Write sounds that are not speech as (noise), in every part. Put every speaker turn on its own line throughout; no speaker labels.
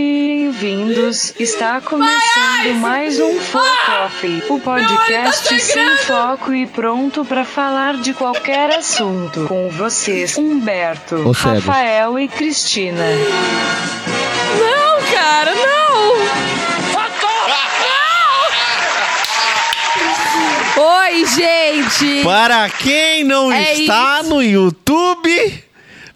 Bem-vindos! Está começando mais um Foco Off, o podcast sem foco e pronto para falar de qualquer assunto. Com vocês, Humberto,
Ô, Sérgio.
Rafael e Cristina.
Não, cara, não! Oi, gente!
Para quem não
É
está
isso.
no YouTube,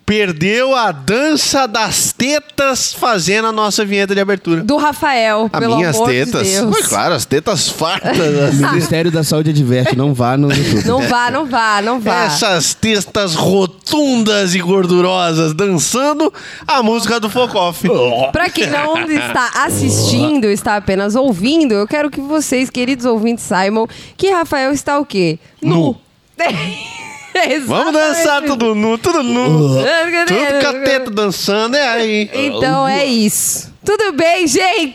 perdeu a dança das tetas fazendo a nossa vinheta de abertura.
Do Rafael,
As
pelo
minhas
amor
tetas.
de
Mas,
Deus. Ah,
claro, as tetas fartas. as
(laughs)
O Ministério da Saúde adverte, não vá no YouTube.
Não vá, não vá, não
É,
vá.
Essas tetas rotundas e gordurosas dançando a música do Focoff.
Pra quem não está assistindo, está apenas ouvindo, eu quero que vocês, queridos ouvintes, saibam que Rafael está o quê?
Nu.
(laughs) Exatamente.
Vamos dançar tudo nu, tudo nu. Tudo com a teta dançando, é aí.
Então é isso. Tudo bem, gente?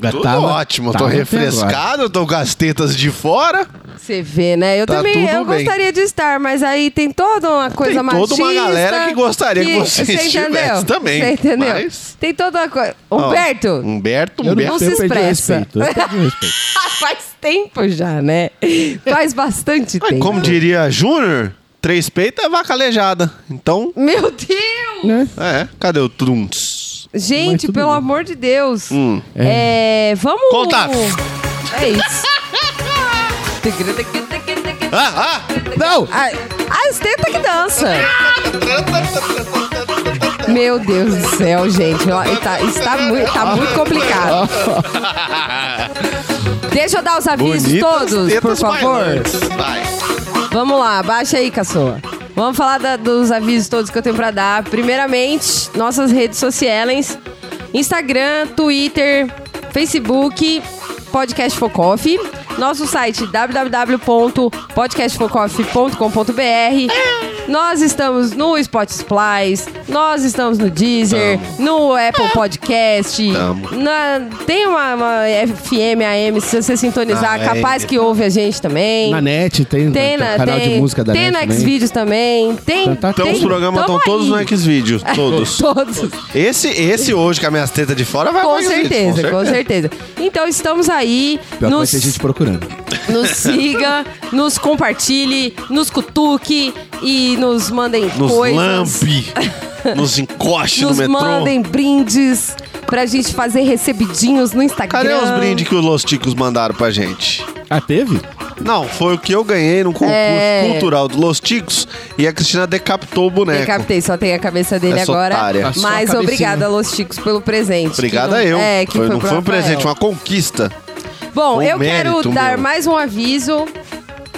Tudo ótimo, tô
tava Tá, até
refrescado, tô com as tetas de fora.
Você vê, né? Eu
Tá
também
tudo
eu
bem.
gostaria de estar, mas aí tem toda uma coisa
Tem toda
machista.
uma galera que gostaria que você estivesse
entendeu?
também,
Você entendeu?
mas-
Tem toda uma coisa.
Ó,
Humberto,
Humberto,
Eu
não
Humberto.
sei-
eu
se
perdi o
expressa.
respeito. Eu perdi o respeito.
(laughs) faz tempo já, né? Faz bastante
Mas
tempo.
Como diria Júnior, três peitos é vaca aleijada. Então,
Meu Deus!
Né?
é, cadê o trunts?
Mas
Gente,
tudo
pelo
bem.
amor de Deus.
Hum.
É. Vamos.
Contato.
É
(laughs)
isso.
Ah, ah!
Não!
Ai, ai, os tenta que dança. Meu Deus do céu, gente. Ó, Tá, está muito, tá muito complicado. Deixa eu dar os avisos
Bonitas
todos,
tetas
por favor.
bailantes. Vai.
Vamos lá, baixa aí, caçoa. Vamos falar da- dos avisos todos que eu tenho pra dar. Primeiramente, nossas redes sociais: Instagram, Twitter, Facebook, Podcast Focoff. Nosso site www.podcastfocoff.com.br. Nós estamos no Spotify, nós estamos no Deezer, no Apple Podcast.
Tamo.
na- tem uma, uma FM, AM, se você sintonizar,
Ah, é.
capaz que ouve a gente também.
Na net tem,
Tem, na,
tem canal
tem,
de música da
tem
net
no
também.
Xvideos também. Tem,
Então tá-
Então
tem,
os programas
tamo
estão todos
aí.
no
(laughs)
Xvideos, todos.
Todos.
Esse, esse hoje com as minhas tetas de fora vai
Com
pro Xvideos,
certeza, com certeza. Então estamos aí.
Pior que vai
Nos,
ter gente procurando. (laughs)
nos siga, nos compartilhe, nos cutuque e nos mandem
Nos
coisas.
lambe,
(laughs)
nos encoste
Nos
no metrô.
mandem brindes pra gente fazer recebidinhos no Instagram.
Cadê os brindes que os Los Ticos mandaram pra gente?
Ah, teve?
Não, foi o que eu ganhei num concurso
É.
cultural do Los Ticos e a Cristina decapitou o boneco.
Decapitei, só tem a cabeça dele
Essa
agora.
É otária.
É Só a
Mas
cabecinha.
obrigada, Los Chicos, pelo presente. Que
Obrigado
não-
a eu.
É, que
Foi- não
pro
foi um
Rafael.
presente, uma conquista.
Bom,
Um
eu
mérito
quero dar
meu.
mais um aviso.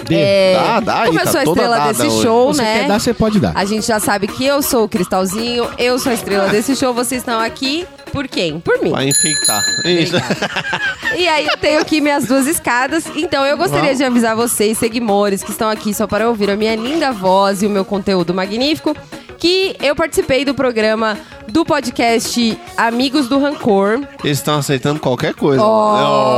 Dê.
É,
Dá, dá aí,
Como eu
tá
sou a
toda
estrela
dada
desse
hoje.
show,
você
né?
quer dar, você pode
Tá.
dar.
A gente já sabe que eu sou o Cristalzinho, eu sou a estrela desse show, vocês estão aqui por quem? Por mim.
Vai enfeitar. Isso. (laughs)
E aí eu tenho aqui minhas duas escadas, então eu gostaria de avisar vocês, seguimores, que estão aqui só para ouvir a minha linda voz e o meu conteúdo magnífico, que eu participei do programa do podcast Amigos do Rancor.
Eles estão aceitando qualquer coisa.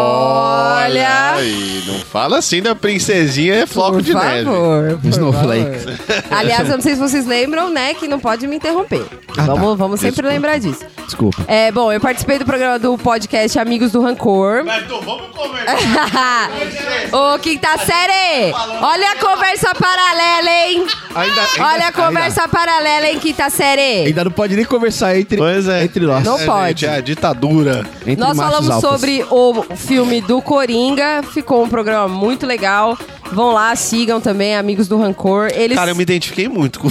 Olha!
aí, não fala assim da princesinha, é floco
por
de neve.
favor, por
Snowflakes.
favor. Aliás, eu não sei se vocês lembram, né, que não pode me interromper.
Ah,
vamos
tá.
vamos sempre lembrar disso.
Desculpa.
É, bom, eu participei do programa do podcast Amigos do Rancor. (laughs)
Mas então vamos
É.
conversar.
Ô, quinta série! Olha a conversa paralela, hein?
Ainda- ainda-
Olha a conversa paralela, hein, quinta série?
Ainda não pode nem conversar entre,
Pois é.
entre nós.
Não
É,
pode.
gente, é a ditadura.
Entre
Nós
machos
falamos
alfas.
sobre o filme do Coringa. Ficou um programa muito legal. Vão lá, sigam também, Amigos do Rancor. Eles.
Cara, eu me identifiquei muito com.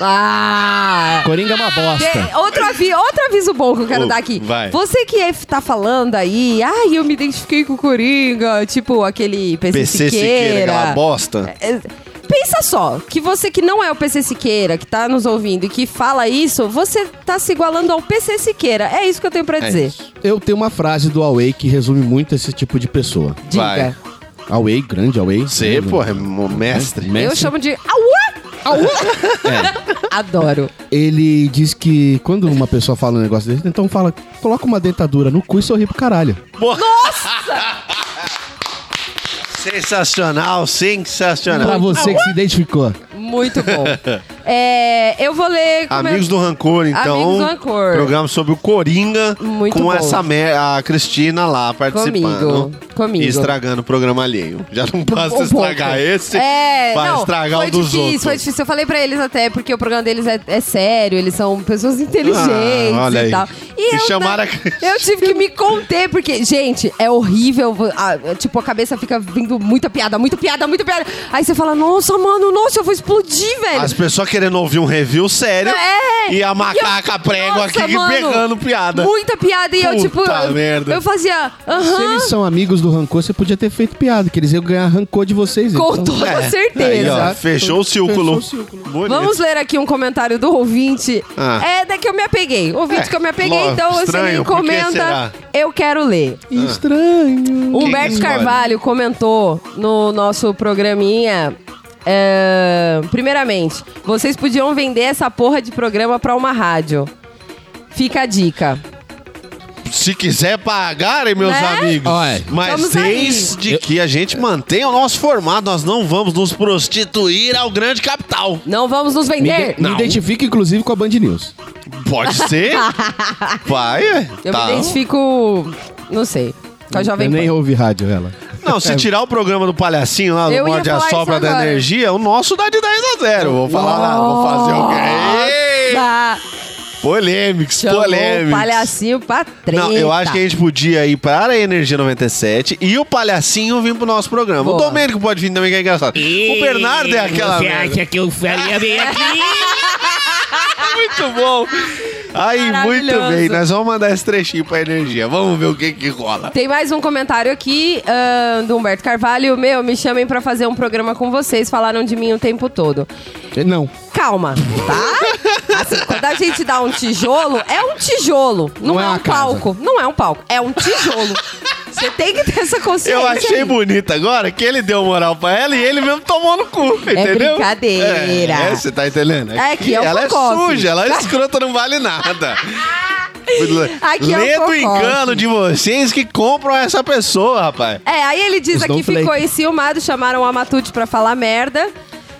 Ah!
Coringa é uma bosta.
Tem- Outro, avi- outro aviso bom que eu quero
Ô,
dar aqui.
vai.
Você que é- tá falando aí, ai, eu me identifiquei com o Coringa, tipo aquele PC,
PC Siqueira, aquela bosta.
É, Pensa só, que você que não é o PC Siqueira, que tá nos ouvindo e que fala isso, você tá se igualando ao PC Siqueira. É isso que eu tenho pra
É
dizer.
isso.
Eu tenho uma frase do Away que resume muito esse tipo de pessoa.
Diga.
Vai.
Away, grande Away.
Você,
Grande. Né?
porra, é mo- mestre.
Mestre.
Eu chamo de. Aua! Au!
(laughs) É.
Adoro.
Ele diz que quando uma pessoa fala um negócio desse, então fala, coloca uma dentadura no cu e sorri pro caralho.
(laughs) Sensacional,
Pra
sensacional.
você que se identificou.
Muito
(laughs)
bom. É, eu vou ler. como
Amigos
é-
do Rancor, então.
Amigos do Rancor.
Programa sobre o Coringa
Muito
com
bom.
essa mer a Cristina lá participando.
Comigo, comigo.
E estragando o programa alheio. Já não basta
Um
estragar
pouco.
esse,
É,
vai
não,
estragar
foi
o dos
difícil,
outros.
Foi difícil, eu falei pra eles até, porque o programa deles é, é sério, eles são pessoas inteligentes
Ah, olha
e
aí.
tal.
E
eu, né,
chamaram a Cristina.
eu tive que me conter, porque, gente, é horrível. vo- a- tipo, a cabeça fica vindo muita piada, muita piada, muita piada. Aí você fala, nossa, mano, nossa, eu vou explodir, velho.
As pessoas querendo ouvir um review sério
É.
e a macaca prego
Nossa,
aqui
mano,
pegando piada.
Muita piada. E eu,
Puta
tipo, eu,
merda.
eu fazia,
Se
aham,
eles são amigos do rancor, você podia ter feito piada, que eles iam ganhar rancor de vocês.
com
então.
toda
É, aí,
certeza.
ó, fechou o círculo.
Fechou o círculo.
Bonito.
Vamos ler aqui um comentário do ouvinte.
Ah.
É, da que eu me apeguei. Ouvinte
É,
que eu me apeguei,
lógico,
então
estranho,
você
por que
me comenta.
será?
Eu quero ler.
Estranho.
O Humberto
que olha?
Carvalho comentou no nosso programinha. é, primeiramente, vocês podiam vender essa porra de programa pra uma rádio. Fica a dica.
Se quiser pagarem, meus
Né?
amigos.
Olha,
mas
estamos
desde que a gente mantenha o nosso formato, nós não vamos nos prostituir ao grande capital.
Não vamos nos
Me,
É,
vender.
ide- me identifica, inclusive, com a Band News.
Pode
(laughs)
ser? Vai, é.
Eu
tá.
me identifico. Não sei. Com a Jovem
Eu
Pan.
nem ouvi rádio, ela.
Não, se tirar o programa do palhacinho lá, do
Eu ia
Morde a
falar isso
Sopra da
agora.
Energia, o nosso dá de 10 a 0. Vou falar lá, vou fazer o quê? Ei!
Tá.
Polêmicos,
Chamou o
polêmicos.
palhacinho pra treta.
Não, eu acho que é a gente podia ir para a Energia 97 e o Palhacinho vir pro nosso programa. O
Boa.
Domênico pode vir também, que é engraçado. o Bernardo é aquela.
Você
merda.
acha que eu faria bem aqui?
Muito bom. Aí, muito
Maravilhoso.
bem. Nós vamos mandar esse trechinho pra energia. Vamos ver o que que rola.
Tem mais um comentário aqui ahn, do Humberto Carvalho. Meu, me chamem pra fazer um programa com vocês. Falaram de mim o tempo todo.
Não.
Calma, tá? Assim, quando a gente dá um tijolo, é um tijolo. Não,
Não é
é, um
uma casa.
palco. Não é um palco. É um tijolo. Você tem que ter essa consciência.
Eu achei
aí.
bonito agora que ele deu moral pra ela e ele mesmo tomou no cu, entendeu?
É brincadeira.
É, é, você tá entendendo?
É que é o
ela é
Cocoff.
suja, ela é escrota, não vale nada.
Aqui é o
Lendo o
Cocoff.
engano de vocês que compram essa pessoa, rapaz.
É, aí ele diz
Os
aqui,
Don't
ficou
Flake.
enciumado, chamaram a Matute pra falar merda.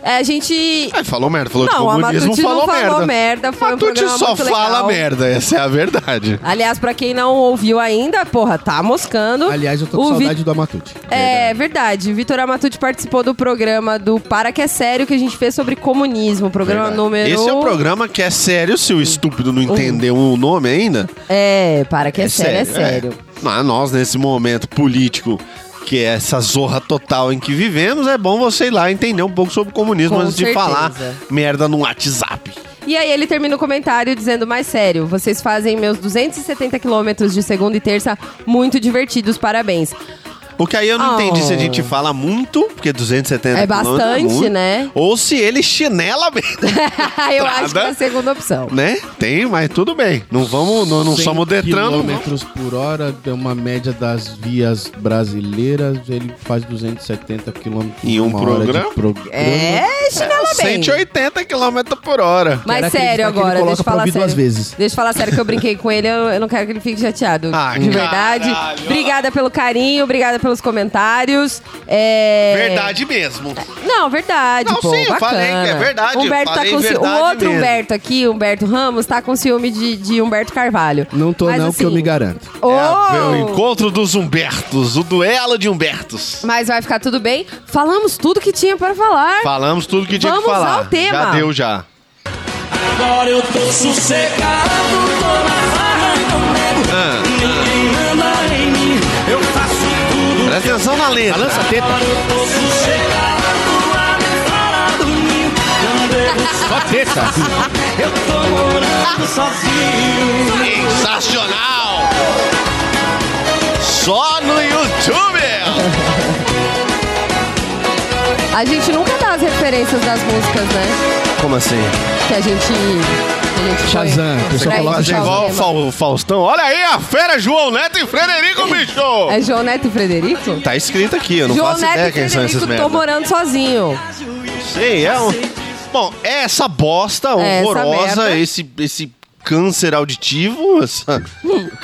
É, a gente...
Aí Tá, falou merda, falou que o
Não, a
comunismo
Matute
falou
não falou
merda.
merda. Foi um
Matute
programa
só
muito
fala
legal.
merda, essa é a verdade.
Aliás, pra quem não ouviu ainda, porra, tá moscando.
Aliás, eu tô com
O Vi-
saudade do Amatute.
É verdade. Vitor Amatute participou do programa do Para que é sério que a gente fez sobre comunismo, programa
Verdade.
número
Esse é um programa que é sério se o estúpido não entendeu o nome ainda.
É, Para que é, sério, é sério.
é. Mas nós, nesse momento político, que é essa zorra total em que vivemos, é bom você ir lá entender um pouco sobre o comunismo
Com
antes de
certeza.
falar merda no WhatsApp.
E aí ele termina o comentário dizendo mais sério: vocês fazem meus 270 quilômetros de segunda e terça muito divertidos, parabéns.
O que aí eu não
Oh.
entendi se a gente fala muito, porque 270
É
quilômetros
bastante,
muito,
né? (laughs)
Ou se ele chinela mesmo,
Eu acho que é a segunda opção.
né? Tem, mas tudo bem. Não vamos, não, não somos o Detran, não.
quilômetros por hora é uma média das vias brasileiras. Ele faz 270 quilômetros
Em um
uma hora de
programa?
programa.
É, chinela bem.
180 km por hora.
Mas
Quero
sério
acreditar que ele
agora,
coloca
deixa eu
pra
falar
ouvir
sério.
duas vezes.
Deixa eu falar sério que eu brinquei com ele, eu, eu não quero que ele fique chateado.
Ah,
de
caralho.
verdade. Obrigada pelo carinho, obrigada pelos comentários. É... Tá.
Verdade mesmo.
Não, verdade.
Não,
pô,
sim, eu
bacana.
falei que é verdade,
Humberto tá
falei
com ci-
verdade
O outro
mesmo.
Humberto aqui, Humberto Ramos, tá com ciúme de, de Humberto Carvalho.
Não tô
Mas,
não, que eu
assim,
me garanto.
Oh!
É a- o encontro dos Humbertos, o duelo de Humbertos.
Mas vai ficar tudo bem. Falamos tudo que tinha para falar.
Falamos tudo que tinha
Vamos
que falar.
ao tema.
Já deu já.
Agora eu tô sossegado, tô na farra, não nego. Ninguém manda em mim, eu faço tudo.
Presta atenção na letra.
Balança a teta,
Agora eu tô sossegado, lá me fala do ninho. Não devo
só teta.
Eu tô morando sozinho.
Sensacional! Só no YouTube!
A gente nunca dá as referências das músicas, né?
Como assim?
Que a gente. Que a gente foi-
Shazam, a pessoa
Pra
coloca
isso,
Fazer assim, igual o
Shazam.
Fau- Faustão. Olha aí a fera João Neto e Frederico, bicho!
É João Neto e Frederico?
Tá escrito aqui, eu não
João
faço
Neto
ideia
e
quem são esses
Frederico,
merda.
tô morando sozinho.
Sei, é um... Bom, é essa bosta
É, essa
horrorosa,
merda.
esse, esse câncer auditivo, essa,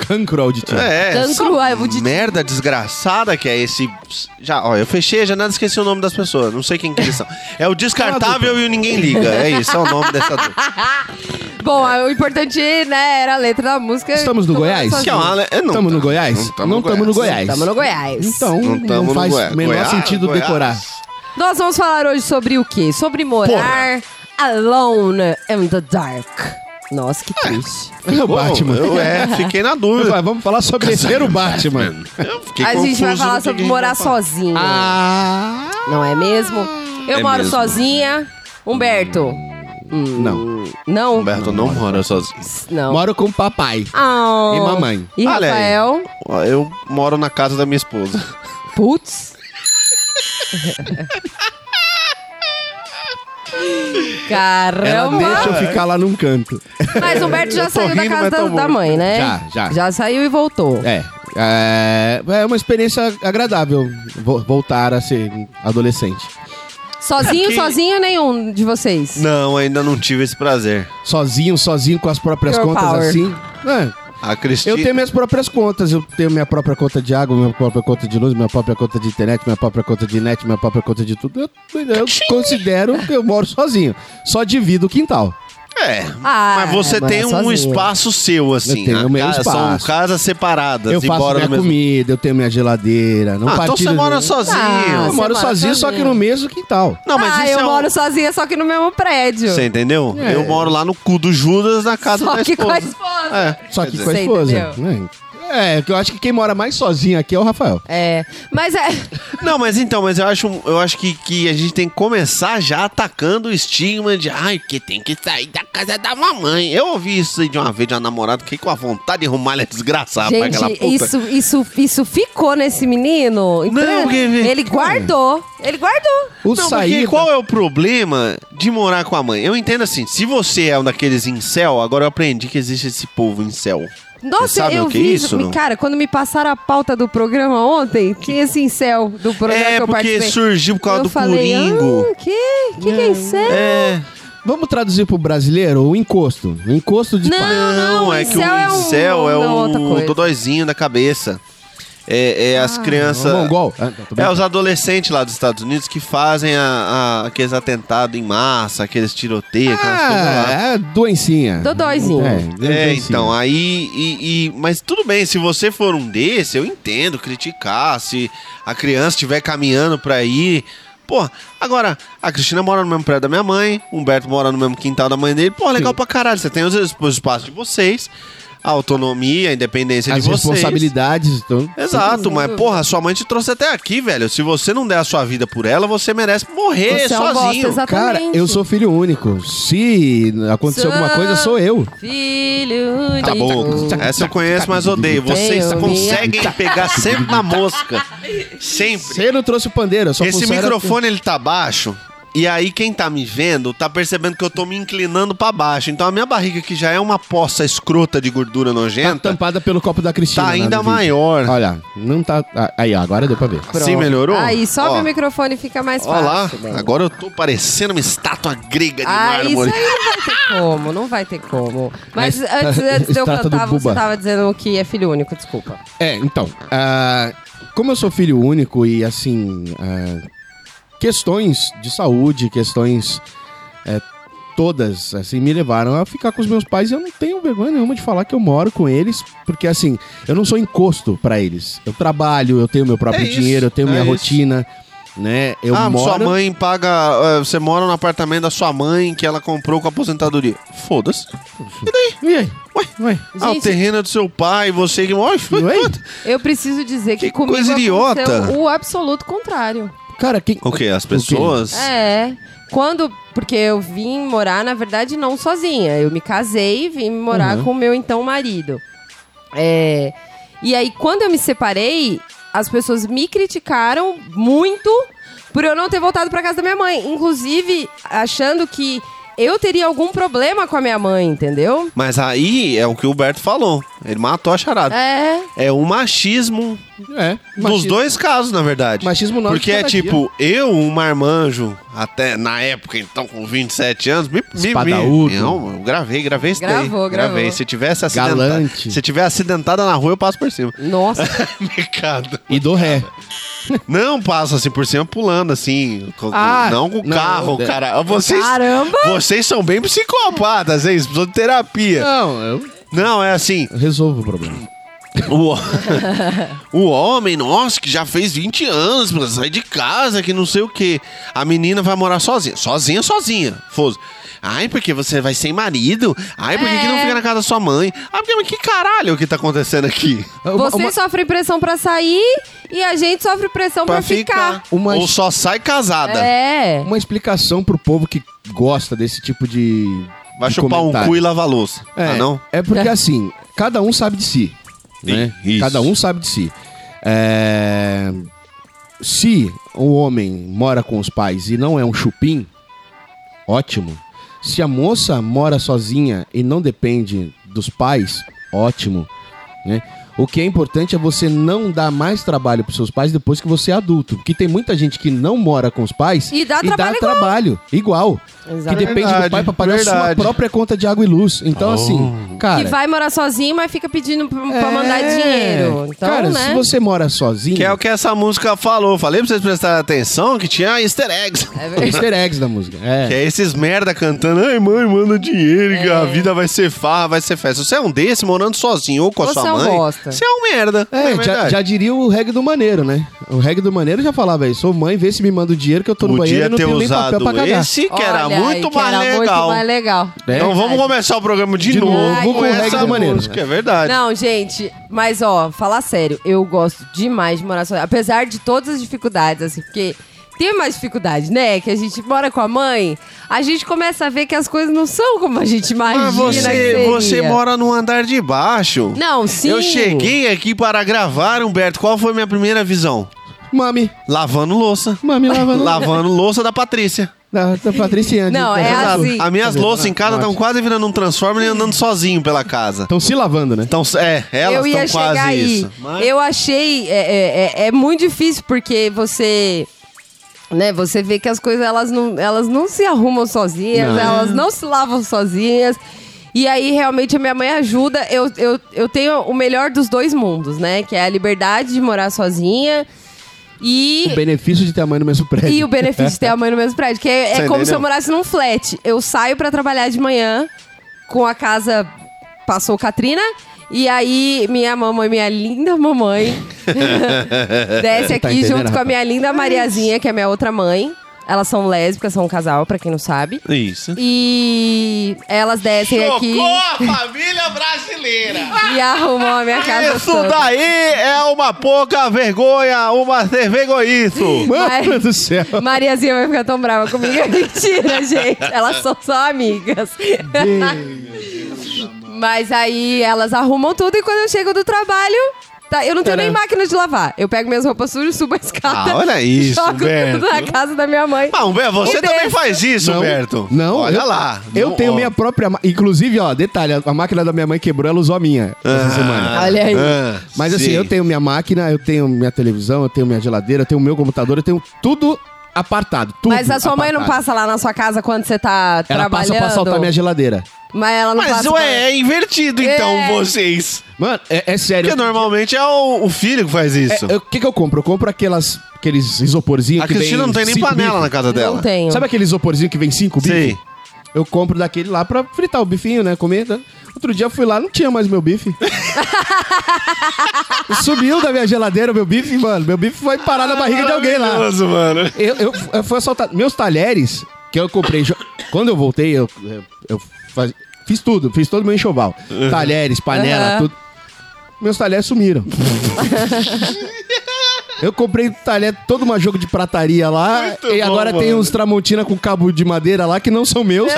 Cancro auditivo.
é, essa
Cancro auditivo.
merda desgraçada que é esse... Já, ó, eu fechei, já nada esqueci o nome das pessoas, não sei quem que eles são. É o Descartável e o Ninguém Liga, é isso, é o nome dessa dupla.
Bom, ah, o importante, né, era a letra da música.
Estamos no
Tô
Goiás?
sozinha.
Que é uma- é, não
Tamo no
tá.
Goiás?
Não tamo
Não
no
tamo no Goiás.
Estamos no Goiás.
Então,
tamo
não
no
faz
Goiás.
o menor
Goiás,
sentido
Goiás.
decorar.
Nós vamos falar hoje sobre o quê? Sobre morar alone in the dark. Nossa, que triste.
É o
Bom,
Batman.
Eu, é, fiquei na dúvida.
Vai, vamos falar sobre ser o Batman.
Eu fiquei
a gente vai
confuso
falar
do
sobre
que que a gente
morar
vai falar.
sozinho.
Ah,
Não é mesmo? Eu
É
moro
mesmo.
sozinha. Humberto.
não.
Não?
Humberto não mora sozinho.
Não.
Moro com papai.
Ah.
E mamãe.
E
Olha aí.
Rafael.
Ó, Eu moro na casa da minha esposa.
Putz.
Ela deixa
Caramba!
eu ficar lá num canto.
Mas Humberto já
Eu tô
saiu da
rindo,
casa
mas tá
da,
tô
da
morto.
mãe, né?
Já, já.
Já saiu e voltou.
É. É, é uma experiência agradável vo- voltar a ser adolescente.
Sozinho,
Aqui-
sozinho, nenhum de vocês.
(laughs) Não, ainda não tive esse prazer.
Sozinho, sozinho com as próprias
Girl
contas
power.
assim. É,
A Cristina.
Eu tenho minhas próprias contas. Eu tenho minha própria conta de água, minha própria conta de luz, minha própria conta de internet, minha própria conta de net, minha própria conta de tudo. Eu, eu considero que eu moro sozinho. Só divido o quintal.
É.
Ah,
mas você
mas
tem
é
um
sozinho.
espaço seu, assim.
Eu tenho
A
meu
casa- São
espaço.
casas separadas.
eu faço
embora
minha
no mesmo-
comida, eu tenho minha geladeira. Não
Ah, então
partilho
você mora
nenhum.
sozinho.
Ah,
Eu moro
Você mora
sozinho, só que
sozinho.
no mesmo quintal.
Não, mas
ah,
isso
eu
é um-
moro sozinha, só que no mesmo prédio.
Você entendeu?
É.
Eu moro lá no cu do Judas, na casa
Só
da
que
esposa.
com a esposa.
É.
Só
Quer
que
dizer-
com a
Você
esposa. É, que eu acho que quem mora mais sozinho aqui é o Rafael.
É. Mas é.
Não, mas então, mas eu acho, eu acho que, que a gente tem que começar já atacando o estigma de ai, que tem que sair da casa da mamãe. Eu ouvi isso aí de uma vez de uma namorada, que com a vontade de arrumar ela é desgraçada pra aquela
Gente,
puta.
isso, isso, isso ficou nesse menino. Então,
porque-
ele guardou. Ele guardou.
O
Não,
sair.
porque qual é o problema de morar com a mãe? Eu entendo assim, se você é um daqueles incel, agora eu aprendi que existe esse povo incel. Vocês
Nossa,
sabem
eu
o que é
vi.
isso, não?
Cara, quando me passaram a pauta do programa ontem, tinha esse incel do programa
É,
que eu
porque
participei.
surgiu por causa
eu
do
falei,
Coringo.
Ah, que? Que que é incel?
É,
Vamos traduzir pro brasileiro o encosto. O encosto de pai.
Não, não,
é que o
incel é um-
incel é,
não, outra
o
coisa.
dodóizinho da cabeça. É, é as crianças...
Mongol. Ah, não, tô
É
brincando.
os adolescentes lá dos Estados Unidos que fazem a- a- aqueles atentados em massa, aqueles tiroteios, aquelas coisas lá.
Ah, é doencinha.
Dodóizinho.
É,
doencinha.
então, aí. e- e- mas tudo bem, se você for um desse, eu entendo criticar. Se a criança estiver caminhando pra ir. Pô, agora, a Cristina mora no mesmo prédio da minha mãe, o Humberto mora no mesmo quintal da mãe dele. Pô, legal pra caralho. Você tem os, os espaços de vocês, a autonomia, a independência
As
de vocês.
responsabilidades. Então,
Exato, mas porra, sua mãe te trouxe até aqui, velho. Se você não der a sua vida por ela, você merece morrer
Você é um bosta,
sozinho.
exatamente.
cara, eu sou filho único. Se acontecer
Sou-
alguma coisa, sou eu.
Filho único.
Tá bom. Essa eu conheço, mas odeio. Vocês
Tenho
conseguem pegar sempre na mosca. Sempre.
Você não trouxe o pandeiro, a sua
Esse
função era-
microfone,
assim.
ele tá baixo. E aí, quem tá me vendo, tá percebendo que eu tô me inclinando pra baixo. Então, a minha barriga, que já é uma poça escrota de gordura
Tá
nojenta,
tampada pelo copo da Cristina.
tá
né,
ainda
no vídeo.
maior.
Olha, não tá. ah, Aí, ó, agora deu pra ver.
Sim, assim melhorou?
Aí, sobe
Ó,
o microfone e fica mais
Ó
fácil.
lá,
né?
agora eu tô parecendo uma estátua grega de
Ah, isso aí
mármore.
não vai ter como, não vai ter como. Mas,
Mas
antes,
tá-
antes de eu
trata do
cantar, você
Buba.
tava dizendo que é filho único, desculpa.
É, então. ah, como eu sou filho único e, assim. ah, questões de saúde, questões. é, todas, assim, me levaram a ficar com os meus pais. E eu não tenho vergonha nenhuma de falar que eu moro com eles, porque, assim, eu não sou encosto pra eles. Eu trabalho, eu tenho meu próprio
É isso,
dinheiro, eu tenho
é
minha
isso.
rotina, né? Eu
ah,
moro.
sua mãe paga. eh, Você mora no apartamento da sua mãe que ela comprou com a aposentadoria. Foda-se.
E aí?
Ué,
Ué. é
ah, o
Gente-
terreno é do seu pai, você que mora.
Ué?
Eu preciso dizer que,
Que
comigo
coisa idiota.
aconteceu o absoluto contrário.
Cara, quem.
O que? As pessoas?
É, quando... Porque eu vim morar, na verdade, não sozinha. Eu me casei e vim morar
Uhum.
com o meu então marido. É, e aí, quando eu me separei, as pessoas me criticaram muito por eu não ter voltado pra casa da minha mãe. Inclusive, achando que eu teria algum problema com a minha mãe, entendeu?
Mas aí é o que o Berto falou. Ele matou a charada.
É.
É, um machismo,
É.
dos dois casos, na verdade.
Machismo nosso
Porque
de
é
cada dia.
tipo, eu, um marmanjo, até na época, então, com 27 anos, me... me- me-
Espadaúdo.
Não, eu gravei, gravei esse
Gravou,
Gravei.
gravou.
Se tivesse acidentado...
Galante.
Se tiver acidentada na rua, eu passo por cima. (laughs)
Nossa.
Mercado.
E do ré.
Não passa assim por cima pulando assim. com-
Ah,
não com o
não,
carro,
não.
cara. Vocês,
Caramba!
Vocês são bem psicopatas, hein? Vocês precisam de terapia.
Não, eu
Não, é assim.
resolvo o problema.
O, (laughs) o homem, nossa, que já fez 20 anos, mano, sai de casa, que não sei o quê. A menina vai morar sozinha. Sozinha, sozinha. Foso. Ai, porque você vai sem marido? Ai, por que que não
É.
fica na casa da sua mãe? Ai, porque, mas que caralho que tá acontecendo aqui?
(laughs) Uma-
Você
uma-
sofre pressão pra sair e a gente sofre pressão pra, ficar.
Uma-
Ou só sai casada.
É.
uma explicação pro povo que gosta desse tipo de.
Vai
de
chupar um
comentário.
cu e lavar louça.
É,
Ah, não?
É
(laughs)
porque assim, cada um sabe de si. Né?
Ih, isso.
Cada um sabe de si. É, Se o homem mora com os pais e não é um chupim, ótimo. Se a moça mora sozinha e não depende dos pais, ótimo. né? O que é importante é você não dar mais trabalho para seus pais depois que você é adulto. Porque tem muita gente que não mora com os pais
E dá trabalho igual.
trabalho igual. Que
Exatamente.
depende
Verdade,
do pai pra pagar a sua
verdade.
própria conta de água e luz. Então,
Oh.
assim,
Ah,
cara.
né?
Que vai morar sozinho, mas fica pedindo pra, pra
é,
mandar dinheiro. Então,
cara,
né?
se você mora sozinho.
Que é o que essa música falou. Falei pra vocês prestarem atenção que tinha easter eggs.
É
é
verdade.
Easter eggs da música. É.
Que é esses merda cantando, ai mãe, manda dinheiro, que
É.
a vida vai ser farra, vai ser festa. Se Você é um desse morando sozinho ou com a
Você
sua
é um
mãe,
bosta.
você é um merda.
É,
Não
já,
verdade?
já diria o reggae do maneiro, né? O reggae do maneiro já falava isso. Sou mãe, vê se me manda o dinheiro que eu tô no banheiro
Podia
e não
ter
tenho nem papel pra
usado
cagar.
esse, que era
Olha aí,
muito
que
mais
era muito
legal.
mais legal.
Então vamos começar o programa de,
De
novo,
novo
com
com o reggae
essa
do Maneiro.
música, é verdade.
Não, gente, mas ó, falar sério, eu gosto demais de morar sozinha. Apesar de todas as dificuldades, assim, porque tem mais dificuldade, né? Que a gente mora com a mãe, a gente começa a ver que as coisas não são como a gente imagina.
Mas
que
você,
seria.
você mora no andar de baixo.
Não, sim.
Eu cheguei aqui para gravar, Humberto. Qual foi minha primeira visão?
Mami,
Lavando louça.
mami
(laughs)
lavando.
Lavando louça da Patrícia.
Da, da Patrícia Andy.
Não, é
Exato.
assim.
As minhas louças em casa estão quase virando um Transformer e andando sozinho pela casa.
Estão se lavando, né?
Então, é, elas
eu ia
estão
chegar
quase
aí.
isso.
Eu achei. É, é- é- é muito difícil porque você. Né, você vê que as coisas elas não, elas não se arrumam sozinhas, elas não se lavam sozinhas. E aí, realmente, a minha mãe ajuda. Eu, eu, eu tenho o melhor dos dois mundos, né? Que é a liberdade de morar sozinha e.
O benefício de ter a mãe no mesmo prédio.
E o benefício de ter a mãe no mesmo prédio. Que é, é
Você
como se
entendeu?
eu morasse num flat. Eu saio pra trabalhar de manhã com a casa. Passou Katrina. E aí, minha mamãe, minha linda
(laughs)
mamãe, desce
Você tá
aqui
entendendo,
junto com a
rapaz?
minha linda Mariazinha, que é minha outra mãe. Elas são lésbicas, são um casal, pra quem não sabe.
Isso.
E elas descem aqui (laughs)
família brasileira!
e arrumam a minha casa.
Isso
toda.
daí é uma pouca vergonha, uma vergonhoíço.
Mano
Mas-
do céu.
Mariazinha vai ficar tão brava comigo. (laughs) É Mentira, gente. Elas são só amigas. Mas aí elas arrumam tudo e quando eu chego do trabalho. tá, eu não tenho nem máquina de lavar. Eu pego minhas roupas sujas, subo a escada.
Ah, olha isso,
Jogo
Beto.
tudo na casa da minha mãe.
Ah, Humberto, você
E
também
desço.
faz isso, Humberto.
Não,
Olha
eu-
lá.
Eu
Não,
tenho
ó.
minha própria. ma- Inclusive, ó, detalhe: a- a máquina da minha mãe quebrou, ela usou a minha essa semana.
Olha aí.
Ah,
Mas assim,
sim.
eu tenho minha máquina, eu tenho minha televisão, eu tenho minha geladeira, eu tenho meu computador, eu tenho tudo apartado. Tudo
Mas a sua mãe não
apartado.
passa lá na sua casa quando você tá
Ela
trabalhando?
passa pra assaltar minha geladeira.
Mas ela não
Mas
passa.
ué, é invertido, então,
É.
vocês.
Mano, é, é sério.
Porque normalmente é o, o filho que faz isso.
É, eu- O que, que eu compro? Eu compro aquelas, aqueles isoporzinhos
A
que
Cristina
vem
não tem nem
cinco
panela na
bifes.
casa
pra...
dela.
Não tenho.
Sabe aquele isoporzinho que vem cinco bifes?
Sim.
Eu compro daquele lá pra fritar o bifinho, né? Comer. né? Outro dia eu fui lá, não tinha mais
(laughs)
meu bife. Sumiu da minha geladeira o meu bife, mano. Meu bife foi parar na barriga de alguém lá.
Maravilhoso, mano.
Eu, eu, eu fui assaltado. Meus talheres que eu comprei. jo- Quando eu voltei, eu, eu, eu faz- fiz tudo, fiz todo o meu enxoval. Talheres, panela,
Uhum.
tudo. Meus talheres sumiram. eu comprei talher, todo um jogo de prataria lá.
Muito
e
bom,
agora tem
mano.
uns Tramontina com cabo de madeira lá que não são (laughs) meus.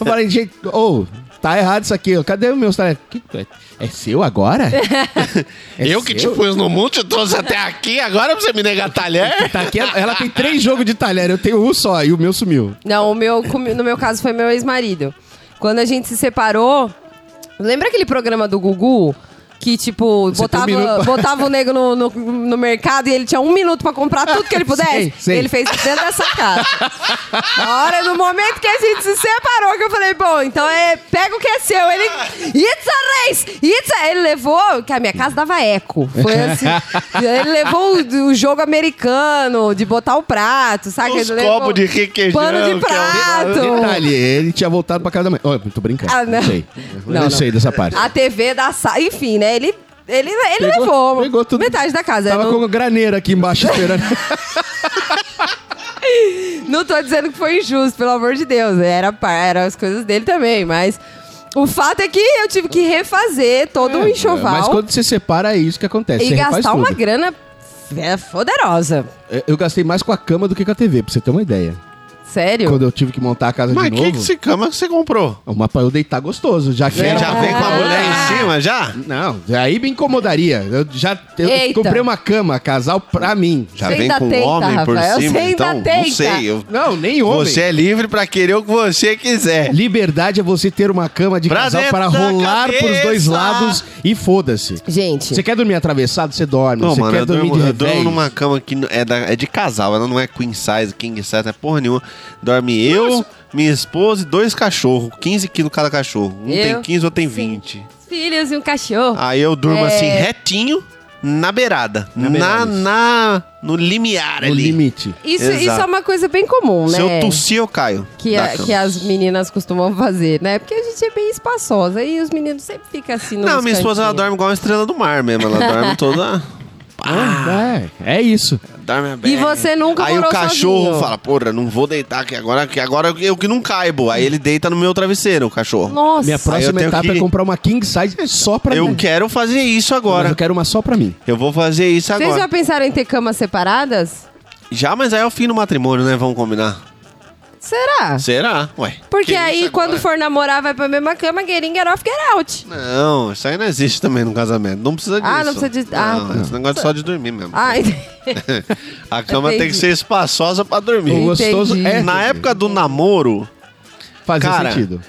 eu falei, gente, ô, tá errado isso aqui. ó. Cadê os meus talheres? Que- é, é seu agora? É
eu que te
seu?
pus no mundo, te trouxe até aqui, agora pra você me negar talher?
Tá aqui, ela ela tem três jogos de talher, eu tenho um só e o meu sumiu.
Não, o meu, comi- no meu caso, foi meu ex-marido. Quando a gente se separou, Lembra aquele programa do Gugu? Que, tipo,
Você
botava,
tem um minuto pra-
botava o nego no, no, no mercado e ele tinha um minuto pra comprar tudo
(laughs)
que ele pudesse?
Sei, sei.
Ele fez dentro dessa casa. Na hora, no momento que a gente se separou, que eu falei, bom, então é, pega o que é seu. Ele, it's a race! It's a... Ele levou, que a minha casa dava eco. Foi
(laughs)
assim. ele levou o, o jogo americano, de botar o prato, sabe?
Os
Ele levou
copos de requeijão,
Tá Pano de
que é
prato.
um Detalhe, ele tinha voltado pra casa da mãe. Olha, tô brincando.
Então. Ah, não.
Não sei.
Não,
Não,
não. Ah,
sei dessa parte.
A TV da sala. Enfim, né? Ele, ele, ele
Pegou-
levou
pegou tudo.
metade da casa.
Tava
Eu
com
não,
a graneira aqui embaixo
(laughs)
esperando.
não tô dizendo que foi injusto, pelo amor de Deus. Era, par- era as coisas dele também, mas. O fato é que eu tive que refazer todo um enxoval
É, Mas quando você separa, é isso que acontece.
e
você refaz
gastar uma
tudo.
grana é, poderosa.
Eu- Eu gastei mais com a cama do que com a TV, pra você ter uma ideia.
Sério.
Quando eu tive que montar a casa
Mas
de
que,
novo,
que esse cama que você comprou?
uma pra eu deitar gostoso, já que
Você
era-
já vem com a mulher
Ah.
em cima, já?
Não, aí me incomodaria. Eu já eu
Eita.
comprei uma cama casal pra mim.
Já
Você
vem
ainda
com
tenta,
homem por
Rafael, você
cima,
ainda
então não
tenta.
sei. eu-
Não, nem homem.
você é livre pra querer o que você quiser.
Liberdade é você ter uma cama de
Pra
casal
dentro
para
da
rolar
cabeça.
pros dois lados e foda-se.
Gente,
Você quer dormir atravessado, você dorme.
Não,
você
mano,
quer
eu
dormir
durmo,
de
eu durmo
revés?
numa cama que não- é, da- é de casal, ela não é queen size, king size, não é porra nenhuma. Dorme eu, minha esposa e dois cachorros, 15 quilos cada cachorro. Um
Eu?
tem 15, outro tem 20.
filhos e um cachorro.
Ah,
Aí eu durmo
É.
assim, retinho, na beirada. Na,
beirada, isso.
na- no limiar
no
ali.
limite.
isso, isso
exato.
é uma coisa bem comum,
Se
né?
eu tossir, eu caio.
que,
da
a-
cama.
que as meninas costumam fazer, né? Porque a gente é bem espaçosa e os meninos sempre ficam assim no
Não, minha esposa ela dorme igual uma estrela do mar mesmo. Ela dorme toda. Pá,
É, é isso.
dorme aberta.
você nunca
Aí
morou
o cachorro
sozinho.
fala: Porra, não vou deitar aqui agora, que agora eu que não caibo. Aí ele deita no meu travesseiro, o cachorro.
Nossa,
Minha
eu
próxima
tenho
etapa
que- É,
é comprar uma king size só pra
eu
mim.
quero fazer isso
Mas
agora.
eu quero uma só pra mim.
Eu vou fazer isso
vocês
agora.
já
Já...
pensaram em ter camas separadas?
mas aí é o fim do matrimônio, né? Vamos combinar.
Será?
Será? Ué.
Porque
que
aí,
isso
quando
agora?
for namorar, vai pra mesma cama, getting get off, get out.
Não, isso aí não existe também no casamento. Não precisa disso.
Ah, não precisa de- ah,
Não,
tá.
esse negócio é só de dormir mesmo.
Ah, entendi.
(laughs) A cama tem que
Entendi.
ser espaçosa pra dormir.
O gostoso
Entendi.
é
Na
dormir.
época do namoro,
Fazia
Cara,
sentido.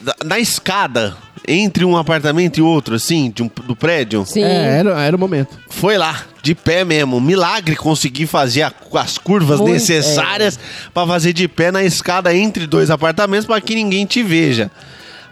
da- na escada, entre um apartamento e outro, assim, de um- do prédio,
(laughs) Sim.
É, era, era o momento.
foi lá, de pé mesmo. Milagre conseguir fazer a- as curvas
Muito, é.
necessárias pra fazer de pé na escada entre dois apartamentos pra que ninguém te veja.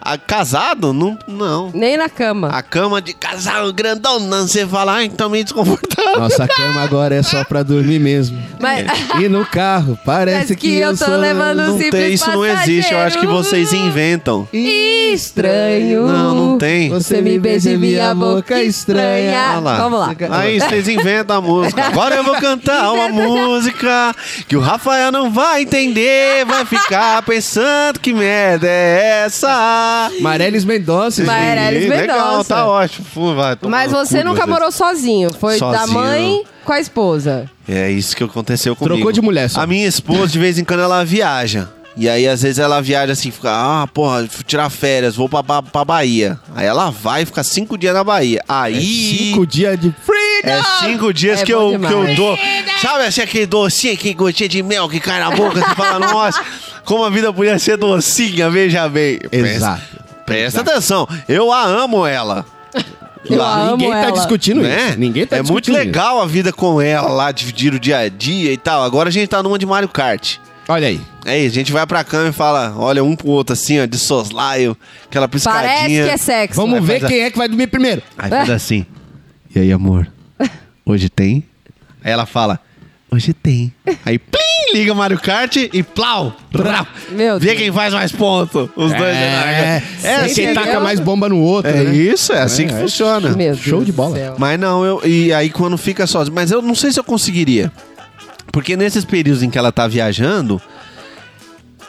Ah, casado? Não. não.
Nem na cama.
A cama de casal grandão, não. Você fala, ah, então
(laughs)
meio desconfortável.
Nossa, a cama agora é só pra dormir mesmo.
Mas,
E no carro, parece
Parece
que, eu um tô
levando-
Não
simples
tem, isso não existe. Eu acho que
passageiro.
vocês inventam.
estranho.
Não, não tem.
Você me beija em minha boca é estranha.
Ah lá.
Vamos lá.
Aí vocês inventam a música. Agora eu vou cantar uma música que o Rafael não vai entender, vai ficar pensando que merda é essa.
Marelis Mendonça.
Mas- Meirelles
Ih, Legal,
Mendonça.
tá ótimo. Pô, vai tomar
Mas
no
você
cu,
nunca
vocês.
morou sozinho. Foi da
Sozinho.
mãe com a esposa.
É isso que aconteceu comigo.
Trocou de mulher, só.
A minha esposa, de vez em quando, ela viaja. E aí, às vezes, ela viaja assim, fica, ah, porra, vou tirar férias, vou pra, ba- pra Bahia. Aí ela vai, fica cinco dias na Bahia. Aí.
É Cinco dias de freedom.
É cinco dias
É
que,
bom
eu, que
demais.
eu dou. Sabe assim, aquele docinho, aquele gotinha de mel que cai na boca, você fala, nossa, como a vida podia ser docinha, veja bem.
Exato.
Presta, presta atenção, eu a amo ela.
Eu amo
Ninguém tá
ela.
discutindo
Né?
isso. Ninguém tá
é muito
discutindo isso.
legal a vida com ela lá, dividir o dia a dia e tal. Agora a gente tá numa de Mario Kart.
Olha aí.
É isso, a gente vai pra cama e fala, olha um pro outro assim, ó, de soslaio, aquela
Parece
piscadinha.
que é sexo.
Vamos
Vai
ver
fazer-
quem é que vai dormir primeiro.
Aí faz assim. E
(laughs)
aí, amor? Hoje tem? Aí ela fala, hoje tem. Aí, plim, liga o Mario Kart e plau! Brau.
Meu
Vê
Deus.
quem faz mais ponto. Os dois.
É,
é,
quem
assim,
entendeu?
taca mais bomba no outro,
é
né?
isso, é assim que
é.
funciona.
Meu
Show
Deus
de
do
bola.
céu.
Mas não, eu. E aí quando fica sozinho. Mas eu não sei se eu conseguiria. Porque nesses períodos em que ela tá viajando,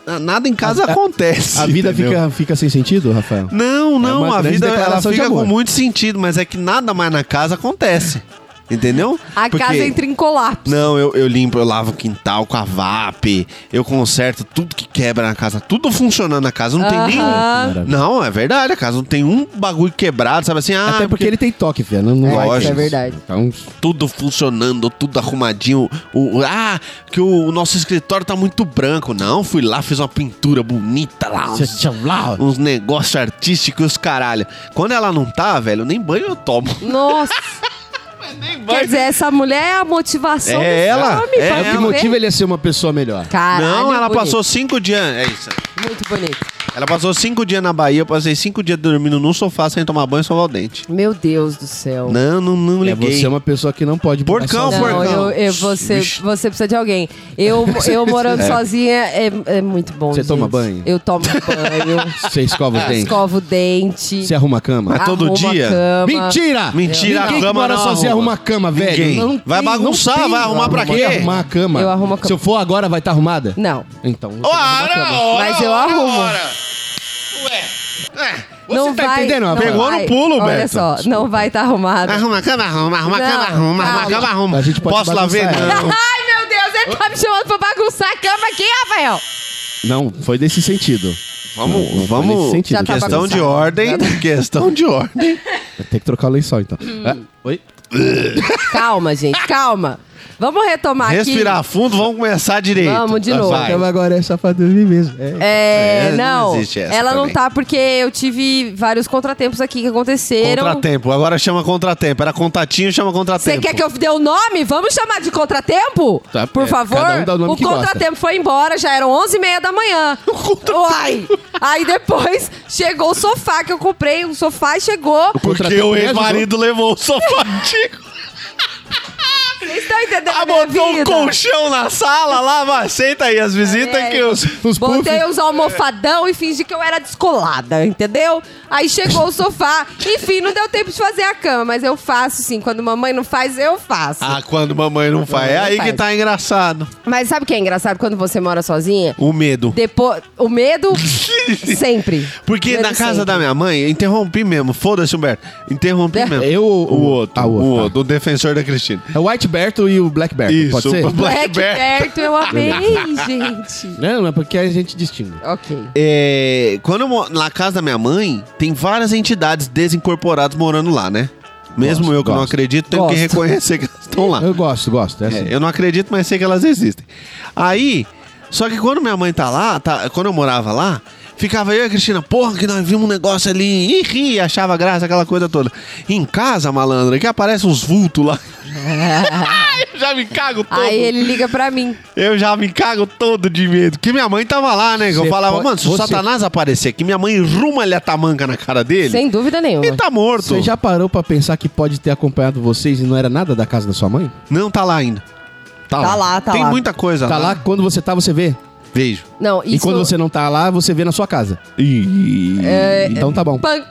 na- nada em casa acontece.
A vida
entendeu?
fica, fica sem sentido, Rafael?
Não, não,
uma
a
grande
vida ela
declaração de
fica
amor.
com muito sentido, mas é que nada mais na casa acontece. Entendeu?
A casa entra em colapso.
Não, eu, eu limpo, eu lavo o quintal com a VAP, eu conserto tudo que quebra na casa, tudo funcionando na casa, não tem
Aham.
nenhum. Não, é verdade, a casa não tem um bagulho quebrado, sabe assim? Ah,
Até porque ele tem toque, velho. Não, não vai
Lógico.
ter.
É
verdade.
Então,
tudo funcionando, tudo arrumadinho. O, o- ah, que o, o nosso escritório tá muito branco. Não, fui lá, fiz uma pintura bonita lá. Uns, uns negócios artísticos, os caralho. Quando ela não tá, velho, nem banho eu tomo.
Nossa. Quer dizer, essa mulher é a motivação
É
desse
ela,
homem
é
pra
é o
viver.
que motiva ele a ser uma pessoa melhor.
Caralho, é
não,
é
ela
bonito.
passou cinco dias. É isso.
Muito bonito.
Ela passou cinco dias na Bahia, eu passei cinco dias dormindo no sofá sem tomar banho e escovar o dente.
Meu Deus do céu.
Não, não, não
É
liguei.
você é uma pessoa que não pode morar
Porcão,
sozinha.
porcão.
Não, eu, eu- você,
Vixe.
você precisa de alguém. Eu, eu morando sozinha é, é muito bom.
Você
gente.
toma banho?
Eu tomo banho,
(laughs)
Ah,
Você escova o dente.
escovo o dente.
Você arruma a cama.
todo
arrumo a
dia?
cama.
Mentira!
Mentira,
Ninguém
a
que
cama
mora
não
sozinho
arruma.
arruma a cama,
Ninguém.
velho. Não
Vai
tem- não
bagunçar,
tem
vai arrumar pra
como
quê?
arrumar a cama.
Eu arrumo a cama.
Se eu for agora, vai estar arrumada?
Não,
Então. você
Ora,
arruma a cama.
ora,
Mas eu
ora,
arrumo.
ora. Ué. É.
Você
não
tá
vai.
entendendo,
não
Rafael?
Pegou no
vai.
pulo,
Olha
Beto.
só, não vai estar tá arrumada.
Arruma a cama, arruma, arruma a
Não,
cama, arruma, arruma a
calma.
cama, arruma.
A gente pode
Posso lá ver?
bagunçar ela.
Não.
(laughs) Ai, meu Deus, ele tá me chamando pra bagunçar a cama aqui, Rafael.
Não, foi desse sentido.
Vamos,
Não, não faz
vamos.
nesse sentido.
Já tá
questão de
bagunçado.
ordem, questão de ordem.
Tem que trocar o lençol, então.
Hum.
Ah, oi?
Calma, gente, calma. Vamos retomar
Respirar
aqui.
fundo, vamos começar direito. Tá,
Vamos de novo.
Vai.
Então agora é safadinho mesmo. É.
É,
É, não
não.
existe essa
ela não
também.
tá porque eu tive vários contratempos aqui que aconteceram.
Contratempo, agora chama contratempo. Era contatinho, chama
Você
contratempo.
quer que eu dê o nome? Vamos chamar de contratempo?
Tá,
Por
é,
favor?
cada um dá o nome que
contratempo foi embora, já eram 11h30 da
(laughs)
manhã. Uai! Aí depois chegou o sofá que eu comprei, um sofá e chegou.
Porque o ex-marido levou
(laughs)
o sofá antigo.
Vocês estão entendendo? a
Ah,
minha
botou um
vida?
colchão na sala lá, vai, senta aí as visitas
É.
que os.
Os
Botei
puff.
os almofadão e fingi que eu era descolada, entendeu? Aí chegou o sofá. Enfim, não deu tempo de fazer a cama, mas eu faço sim. Quando mamãe não faz, eu faço.
Ah, quando mamãe não faz. É
não
aí que
faz.
tá engraçado.
Mas sabe o que é engraçado quando você mora sozinha?
O medo.
Depois, o medo sempre.
(laughs) Porque
Medo
na casa
sempre.
da minha mãe, eu interrompi mesmo. Foda-se, Humberto. Interrompi
É.
mesmo.
Eu ou
o outro.
Ah,
o
o
outro.
outro,
O
tá.
defensor da Cristina.
É o White Berto e o Black Berto,
Isso,
pode ser?
o Black-
Black
Berto.
Berto, eu amei, gente.
Não, é porque a gente distingue.
Ok.
É, quando eu mo- na casa da minha mãe, tem várias entidades desincorporadas morando lá, né? Mesmo
Gosto,
eu que não
gosto.
acredito, tenho que
Gosto.
reconhecer que elas estão lá.
(laughs) Eu gosto, gosto. É assim.
É, eu não acredito, mas sei que elas existem. Aí, só que quando minha mãe tá lá, tá- quando eu morava lá, ficava eu e a Cristina, porra, que nós vimos um negócio ali, e ri, achava graça, aquela coisa toda. em casa, malandro, que aparece uns vultos lá. (laughs) eu já me cago todo.
Aí ele liga pra mim.
Eu já me cago todo de medo. Que minha mãe tava lá, né? Que eu
Você
falava,
pode-
mano, se o
você-
Satanás aparecer aqui, minha mãe ruma-lhe a tamanca na cara dele.
Sem dúvida nenhuma.
Ele tá morto.
Você já parou pra pensar que pode ter acompanhado vocês e não era nada da casa da sua mãe?
Não tá lá ainda. Tá,
Tá lá, tá
Tem
lá.
muita coisa
Tá lá, quando você tá, você vê.
Beijo.
Não, isso...
E quando você não tá lá, você vê na sua casa.
É,
Então tá bom.
Pan-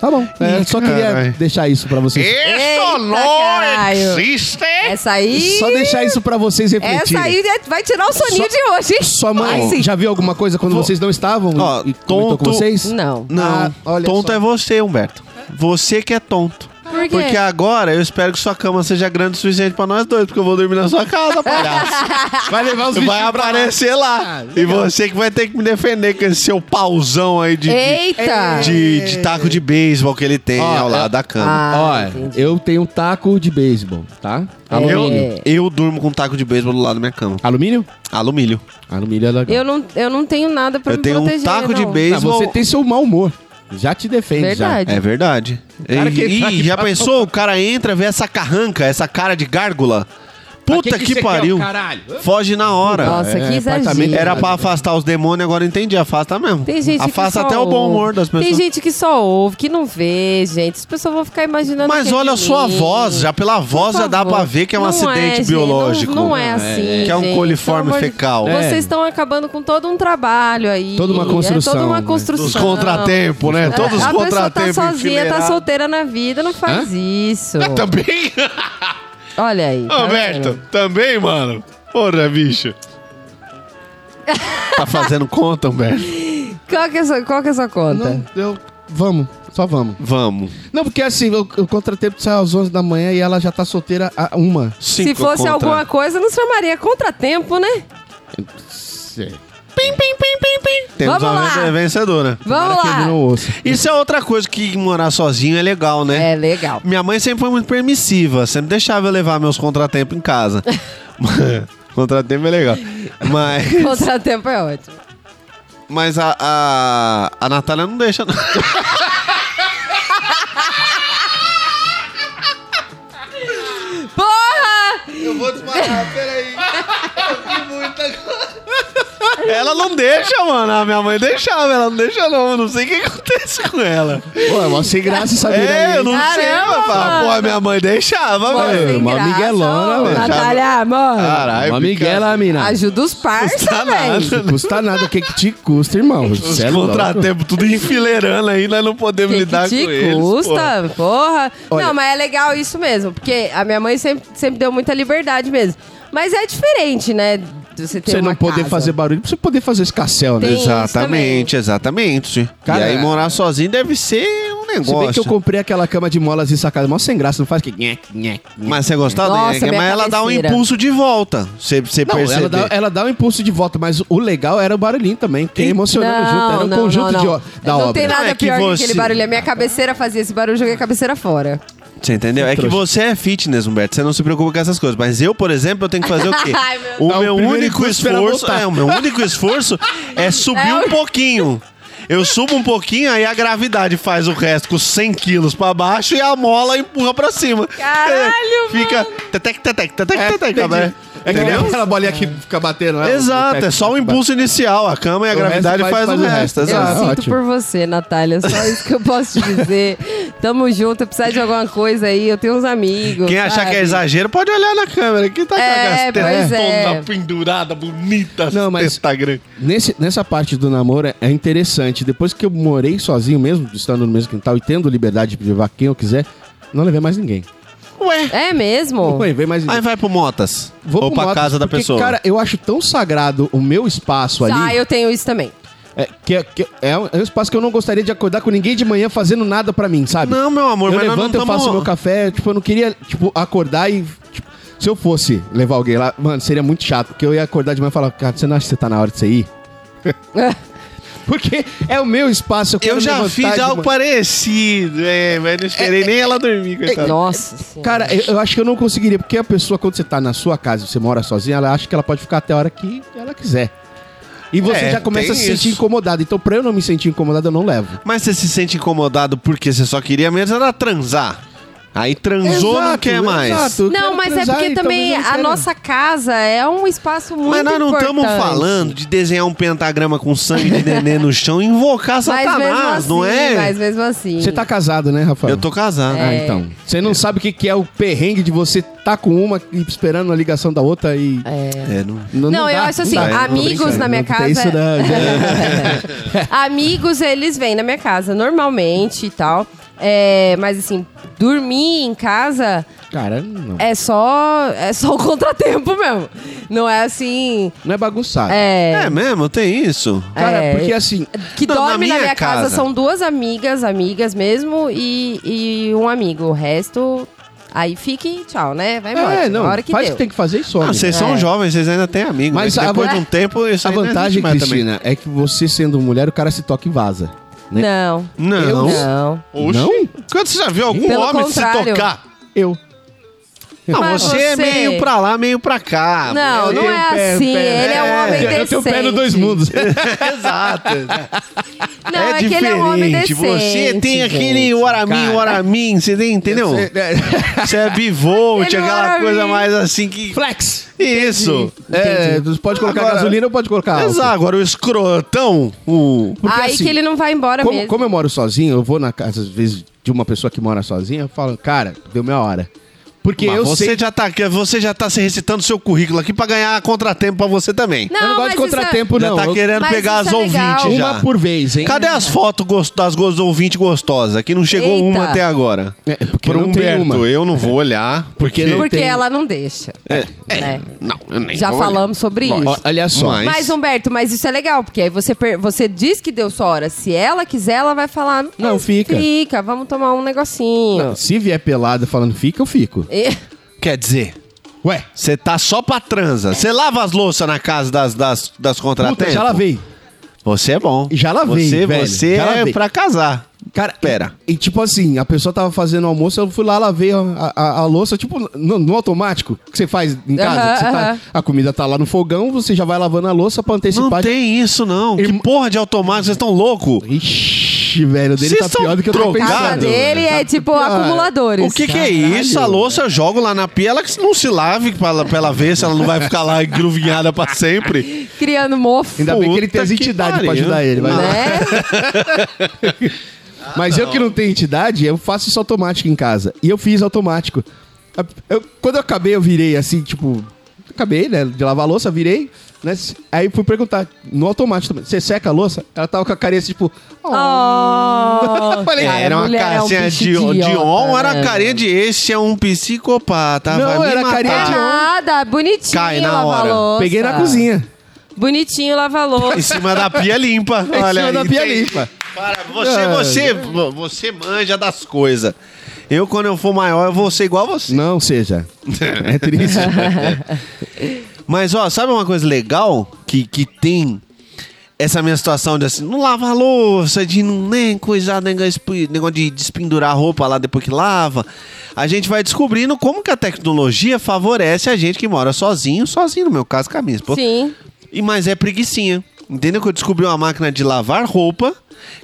Tá bom. É,
Ih,
só queria
caralho.
deixar isso pra vocês.
Eita, caralho. É
existe!
Essa aí...
Só deixar isso pra vocês refletirem.
Essa aí vai tirar o soninho
Só-
de hoje, hein?
Sua mãe
Vai sim.
já viu alguma coisa quando vocês não estavam
Ó,
e comentou com
tonto-
vocês?
Não.
Não,
Ah, olha
tonto
só.
é você, Humberto. Você que é tonto.
Por quê?
Porque agora eu espero que sua cama seja grande o suficiente pra nós dois, porque eu vou dormir na sua casa,
(laughs)
palhaço.
(laughs) Vai levar os bichos
vai
pra lá.
aparecer lá.
Ah,
e
legal.
você que vai ter que me defender com esse seu pauzão aí de, de-
Eita!
de, de taco de beisebol que ele tem
Ó,
ao lado
é-
da cama.
Ah,
Olha,
entendi.
eu tenho um taco de beisebol, tá?
eu,
Alumínio.
é.
eu durmo com um taco de beisebol do lado da minha cama.
Alumínio?
Alumínio.
Alumínio é legal.
Eu não, eu não tenho nada pra
Eu
me
tenho um
proteger,
taco de
não.
Ah,
beisebol.
você tem seu mau humor. Já te defende,
Verdade.
É verdade.
cara
E-
que
Ih,
tá aqui
já
pra-
pensou? O cara entra, vê essa carranca, essa cara de gárgula. Puta
Pra que
que,
que você
pariu.
quer, caralho?
Foge na hora.
Nossa,
É,
que
apartamento.
exagero.
Era pra afastar os demônios, agora entendi. Afasta mesmo.
Tem gente
Afasta
que só
até o bom
ouve.
humor das
Tem
pessoas.
gente que só ouve, que não vê, gente. As pessoas vão ficar imaginando.
Mas
que é
olha a
de
sua
mim.
voz, já pela
Por
voz já dá
favor.
pra ver que é um
Não
acidente
gente,
biológico.
Não, não é assim.
Que é um
gente.
coliforme
Pelo amor de-
fecal.
É.
Vocês estão acabando com todo um trabalho aí.
Toda uma construção,
É toda uma
né?
construção.
Os contratempos, né? Todos os
a pessoa tá
contratempos.
sozinha, tá
enfileirados.
solteira na vida, não faz isso.
Também? (laughs)
Olha aí. tá
Roberto,
vendo?
também, mano? Porra, bicho. tá fazendo conta, Humberto?
Qual que é a sua, qual que é a sua conta?
Não, eu... Vamos. Só vamos.
Vamos.
Não, porque assim, eu, eu contratei pra sair às 11 da manhã e ela já tá solteira a uma.
Se
Cinco
fosse
contra.
alguma coisa, não chamaria contratempo, né?
Pim, pim, pim, pim, pim. Temos
Vamos
uma
lá.
vencedora.
Vamos
Tomara que ele
lá.
não ouça.
Isso é outra coisa que morar sozinho é legal, né?
É legal.
Minha mãe sempre foi muito permissiva, sempre deixava eu levar meus contratempos em casa. (laughs) Contratempo é legal. Mas,
(laughs) Contratempo é ótimo.
mas a, a, a Natália não deixa, não.
Porra!
Eu vou desmarcar, peraí. Ela não deixa, mano. A minha mãe deixava, ela não deixa, não. Eu Não sei o que acontece com ela.
Pô, é mó sem graça essa vida
É,
aí.
eu não sei,
Caramba,
rapaz.
mano.
Pô, a minha mãe deixava,
Pô,
velho.
sem
uma
graça,
miguelona,
ô,
velho. Ah.
Natália, mano.
Caralho,
Uma
bica-
miguela, mina.
Ajuda os parça, velho.
Não custa nada. O que que te custa, irmão?
Os
Você é louco.
contratempos tudo enfileirando aí, nós não podemos
Que,
lidar
que te
com eles. pô.
custa, porra.
Olha-
Não, mas é legal isso mesmo, porque a minha mãe sempre, sempre deu muita liberdade mesmo. Mas é diferente, né? de Você, ter
Você
uma
não poder
casa.
fazer barulho, pra você poder fazer escassel, né?
Tem isso
Exatamente, exatamente.
Cara,
e aí morar sozinho deve ser um
Se bem que
negócio.
eu comprei aquela cama de molas e sacada, mó sem graça, não faz que. Nhec, nhec, nhec.
Mas você gostar
Nossa,
dele,
minha
mas ela dá um
cabeceira.
impulso de volta. Você, você
Não, ela
é,
percebe.
dá, ela dá um impulso de volta, mas o legal era o barulhinho também, que emocionando junto. Era um
não,
conjunto
não,
de
não.
ó- da
Não
obra.
tem nada
Não, é que
pior que aquele
você-
barulho. A minha cabeceira fazia esse barulho, eu joguei a cabeceira fora.
Você entendeu? É que você é fitness, Humberto. Você não se preocupa com essas coisas. Mas eu, por exemplo, eu tenho que fazer o
(laughs)
quê?
Ai, meu
o
Dá um
meu
primeiro
único
impulso pra ela
esforço.
voltar.
É, o meu único
(laughs)
esforço é subir
É,
um
eu-
pouquinho. Eu subo um pouquinho, aí a gravidade faz o resto com 100 quilos pra baixo e a mola empurra pra cima.
Caralho,
É, (laughs) Fica... Tetec, tetec, tetec, tetec.
É, entendi.
né?
É que nem
Entendeu?
aquela bolinha que fica batendo. né?
Exato, é
um-
só o impulso inicial. A cama e a
O
gravidade
resto
faz, o resto.
Eu
Exato.
sinto
Ah, ótimo.
por você, Natália. Só isso que eu posso te
(laughs)
dizer. Tamo junto, eu precisar de alguma coisa aí, eu tenho uns amigos.
Quem achar
sabe?
que é exagero pode olhar na câmera. Que tá com
É,
a
pois é.
gastona pendurada, bonita,
Não, mas-
testa grande.
Nesse, nessa parte do namoro é- é interessante. Depois que eu morei sozinho mesmo, estando no mesmo quintal e tendo liberdade de privar quem eu quiser, não levei mais ninguém.
Ué.
É
Não
mesmo?
levei mais ninguém.
Aí vai pro Motas.
Vou
ou
pro
pra
Motos,
casa da
porque,
pessoa.
Cara, eu acho tão sagrado o meu espaço
Ah,
ali.
eu tenho isso
(laughs)
também.
É, que, que é, um, é um espaço que eu não gostaria de acordar com ninguém de manhã fazendo nada pra mim, sabe?
Não, meu amor,
eu
mas nós
levanto,
não
eu faço
tamo-
meu café. Tipo, eu não queria, tipo, acordar e. tipo, se eu fosse levar alguém lá, mano, seria muito chato, porque eu ia acordar de manhã e falar, cara, você não acha que você tá na hora de você ir? (laughs) porque é o meu espaço. Eu, quero
Eu já
levantar
fiz
de
algo
manhã.
parecido, é, mas não esperei nem ela dormir, coitada.
Nossa senhora.
Cara, eu, eu acho que eu não conseguiria, porque a pessoa, quando você tá na sua casa e você mora sozinha, ela acha que ela pode ficar até a hora que ela quiser. E você
É,
já começa
tem
a se sentir
isso.
incomodado. Então, pra eu não me sentir incomodado, eu não levo.
Mas você se sente incomodado porque você só queria mesmo era transar. Aí transou, não
Exato,
quer mais.
exato. Eu
Não,
quero
mas é
transar
porque
e
também
talvez eu não
a
queira.
nossa casa é um espaço muito
Mas nós não estamos
importante.
falando de desenhar um pentagrama com sangue de neném no chão e invocar
Mas mesmo
Satanás,
assim,
tá não é?
Mas É. mesmo assim.
Você tá casado, né, Rafael?
Eu tô casado.
Ah, então. Você não sabe o que, que é o perrengue de você tá com uma e esperando a ligação da outra e.
É, não-
Não, eu acho assim,
dá, eu não tô
amigos
brincando,
na minha casa. (laughs)
Isso é.
Amigos, eles vêm na minha casa normalmente e tal. É, mas assim, dormir em casa
Cara, não.
é só é só o (laughs) contratempo mesmo. Não é assim.
Não é bagunçado.
É,
É mesmo, tem isso.
Cara,
é.
porque assim.
que
Não, na
dorme na minha,
minha
casa.
casa.
são duas amigas, amigas mesmo, e, e um amigo. O resto, aí fica e tchau, né? Vai embora.
É, não.
a hora que
faz o
deu.
que tem que fazer e some.
Ah, vocês
É.
são jovens, vocês ainda têm amigos.
Mas
Mas
a
depois
van-
de um tempo, isso
A
aí não
vantagem,
existe mais
Cristina, é que você sendo mulher, o cara se toca e vaza. né?
Não,
Também. Não.
não.
Oxi.
Não?
Quando você já viu algum
Pelo
homem se
contrário.
tocar?
Eu.
Não,
Mas
você, é
você-
meio pra lá, meio pra cá.
Não,
Eu
não
tenho
é
pé-
assim.
pé-
Ele é um homem decente.
Eu tenho pé nos dois
(laughs)
mundos.
É Exato.
é- Não, é, que ele é um homem decente.
Você tem aquele
gente.
oraminho,
cara.
oraminho, você tem, entendeu?
Você-
Você é
(laughs)
bivolt,
Ele é um
aquela
oraminho.
coisa mais assim que...
Flex.
Isso.
É, você pode colocar
Agora-
gasolina ou pode colocar álcool.
Exato, agora o escrotão, o...
Porque,
aí
assim,
que ele não vai embora
Como,
mesmo.
como eu moro sozinho, eu vou na casa, às vezes, de uma pessoa que mora sozinha, eu falo, cara, deu minha hora. Porque
Mas
eu
você
sei.
já tá aqui, você já tá se recitando seu currículo aqui pra ganhar contratempo pra você também.
Não,
eu não gosto
mas
de
isso é
contratempo,
já
não.
tá
Eu-
querendo
Mas
pegar as
isso é legal.
ouvintes já.
Uma por vez, hein?
Cadê as fotos gos- das gos- ouvintes gostosas? Que não chegou
Eita.
uma até agora.
É, porque
Por
não tem
Humberto,
uma.
eu não vou olhar. Porque,
(laughs) Porque não-
Porque
tem-
ela não deixa. né?
Não, eu nem
Já
vou
falamos sobre
Ó,
isso.
Olha só.
Mas-
Mas, Humberto, mas isso é legal, porque aí você, per- você diz que deu sua hora. Se ela quiser, ela vai falar. "Mas
Não, fica."
Fica, vamos tomar um negocinho.
Se vier pelada falando fica, eu fico.
E-
olhar. Quer dizer,
Ué,
você tá só pra transa. Você lava as louças na casa das, das, das
puta,
contratempos?
já lavei.
Você é bom.
Já lavei,
Você,
velho.
você
Já
é
lavei.
pra casar.
Cara,
Pera.
E, e tipo assim, a pessoa tava fazendo almoço, eu fui lá, lavei a, a, a louça, tipo, no, no automático que você faz em casa.
Aham,
que você tá-
aham.
a comida tá lá no fogão, você já vai lavando a louça pra
Não
antecipar.
tem isso, não. Que
Irmã-
porra de automático, vocês estão loucos?
Ixi, velho, o dele
Vocês
tá
são
pior do que eu tô
drogados?
casa
Obrigado.
pensando. Ah,
dele é tipo acumuladores.
Ah, O que, que é isso? A louça eu jogo lá na pia, ela que não se lave pra ela, pra ela ver se ela não vai ficar lá engruvinhada pra sempre.
Criando mofo.
Ainda bem que ele tem
Puta
as
que
entidades
pariu.
pra ajudar ele. Mas,
(laughs)
Né?
mas eu que não tenho entidade, eu faço isso automático em casa. E eu fiz automático. Eu- quando eu acabei, eu virei assim, tipo... Acabei, né, de lavar a louça, virei... Né, aí fui perguntar, no automático também, você seca a louça? Ela tava com a carinha assim, tipo...
tá.
Oh,
Falei, "Ah,
cara,
era uma
mulher é um
carinha
bicho
de, de
idiota,
on, era
né?
a carinha de esse é um psicopata.
Não,
vai me
era
matar.
carinha de on.
Nada, bonitinho
Cai na
lava
hora.
louça.
Peguei na cozinha.
Bonitinho lava
(laughs) (laughs) Em
louça.
cima da pia limpa.
(laughs) Em
Olha
cima
aí,
da pia
tem-
limpa.
Para, você,
Ah.
você, você manja das coisas. Eu, quando eu for maior, eu vou ser igual a você.
Não seja. É triste.
Mas, ó, sabe uma coisa legal que, que tem essa minha situação de assim, não lavar a louça, de não nem coisar, nem espi- negócio de despendurar a roupa lá depois que lava. A gente vai descobrindo como que a tecnologia favorece a gente que mora sozinho, sozinho no meu caso, com a minha esposa.
Sim.
E, mas é preguiçinha. Entendeu que eu descobri uma máquina de lavar roupa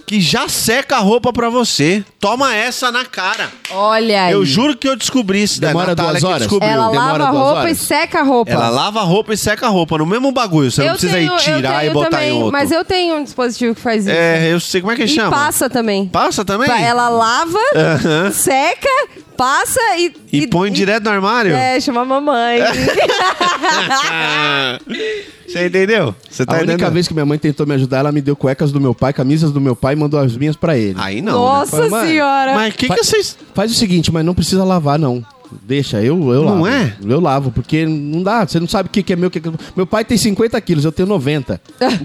que já seca a roupa pra você. Toma essa na cara.
Olha aí. É,
Eu juro que eu descobri isso. né?
Demora
Natália
duas
que
horas?
descobriu.
Ela
Demora
lava a
duas
roupa
horas.
e seca a roupa.
Ela lava a roupa e seca a roupa no mesmo bagulho. Você não
Eu
precisa
tenho-
ir
eu
tirar e
tenho
botar
também,
em outro.
Mas eu tenho um dispositivo que faz isso.
É, eu sei como é que
e
chama.
passa também.
Passa também?
Pa- Ela lava,
Aham.
seca, passa e...
E põe direto no armário?
É, chama a
(laughs)
mamãe. (laughs)
Ah, Você entendeu? Você tá
a única
entendendo?
vez que minha mãe tentou me ajudar, ela me deu cuecas do meu pai, camisas do meu pai e mandou as minhas pra ele.
Aí não. né?
Nossa
Fala, mãe.
senhora.
Mas o que, que
Faz-
vocês.
Faz o seguinte, mas não precisa lavar, não. Deixa, eu, eu
Não
lavo.
é?
Eu lavo, porque não dá. Você não sabe o que, que é meu, o que, que é... Meu pai tem 50 quilos, eu tenho 90.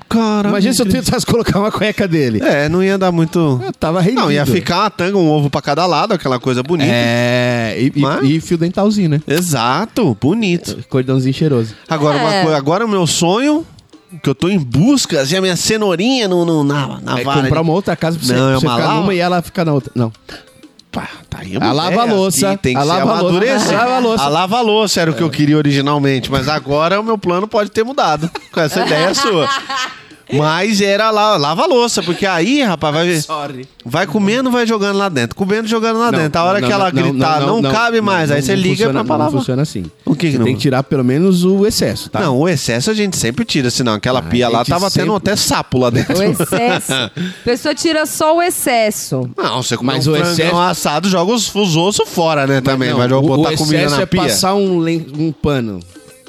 Cara.
Imagina se eu tentasse (laughs) colocar uma cueca dele.
É, não ia dar muito.
Eu tava rendido.
Não, ia ficar uma tanga, um ovo pra cada lado, aquela coisa bonita.
É, e, e-
Mas-
e fio dentalzinho, né?
Exato, bonito.
Cordãozinho cheiroso.
Agora, uma
É.
coisa, agora o meu sonho, que eu tô em busca, assim, a minha cenourinha no, no- na, na
É
vara.
comprar
de-
uma outra casa pra você,
Não, é
pra você
uma
ficar
lava?
numa e ela ficar na outra. Não.
Pá, tá aí
A
uma
lava
ideia que
louça,
Tem que
a
ser
lava louça,
amadurecer.
a lava louça. É.
A lava louça era o que eu queria originalmente, mas agora o meu plano pode ter mudado com essa ideia é sua. Mas era lá, lava louça, porque aí, rapaz, vai,
Sorry.
vai comendo, vai jogando lá dentro. Comendo, jogando lá
Não,
dentro. Tá, A hora
não,
que ela
não, não,
gritar, não, cabe mais. aí
não
você liga
funciona,
pra palavra.
Não funciona assim.
O que que
Você
não?
tem que tirar pelo menos o excesso, tá?
Não, o excesso a gente sempre tira, senão aquela
Ah,
pia
a
lá
gente
tava tendo
sempre-
até sapo
(laughs)
lá dentro.
O
(laughs)
excesso. A pessoa tira só o excesso.
Não, você come
Mas
um
o
frangão
excesso-
assado, joga os, os ossos fora, né, também.
Não,
vai jogar,
o-
botar
o
comida
excesso
na
é
pia.
passar um, len- um pano.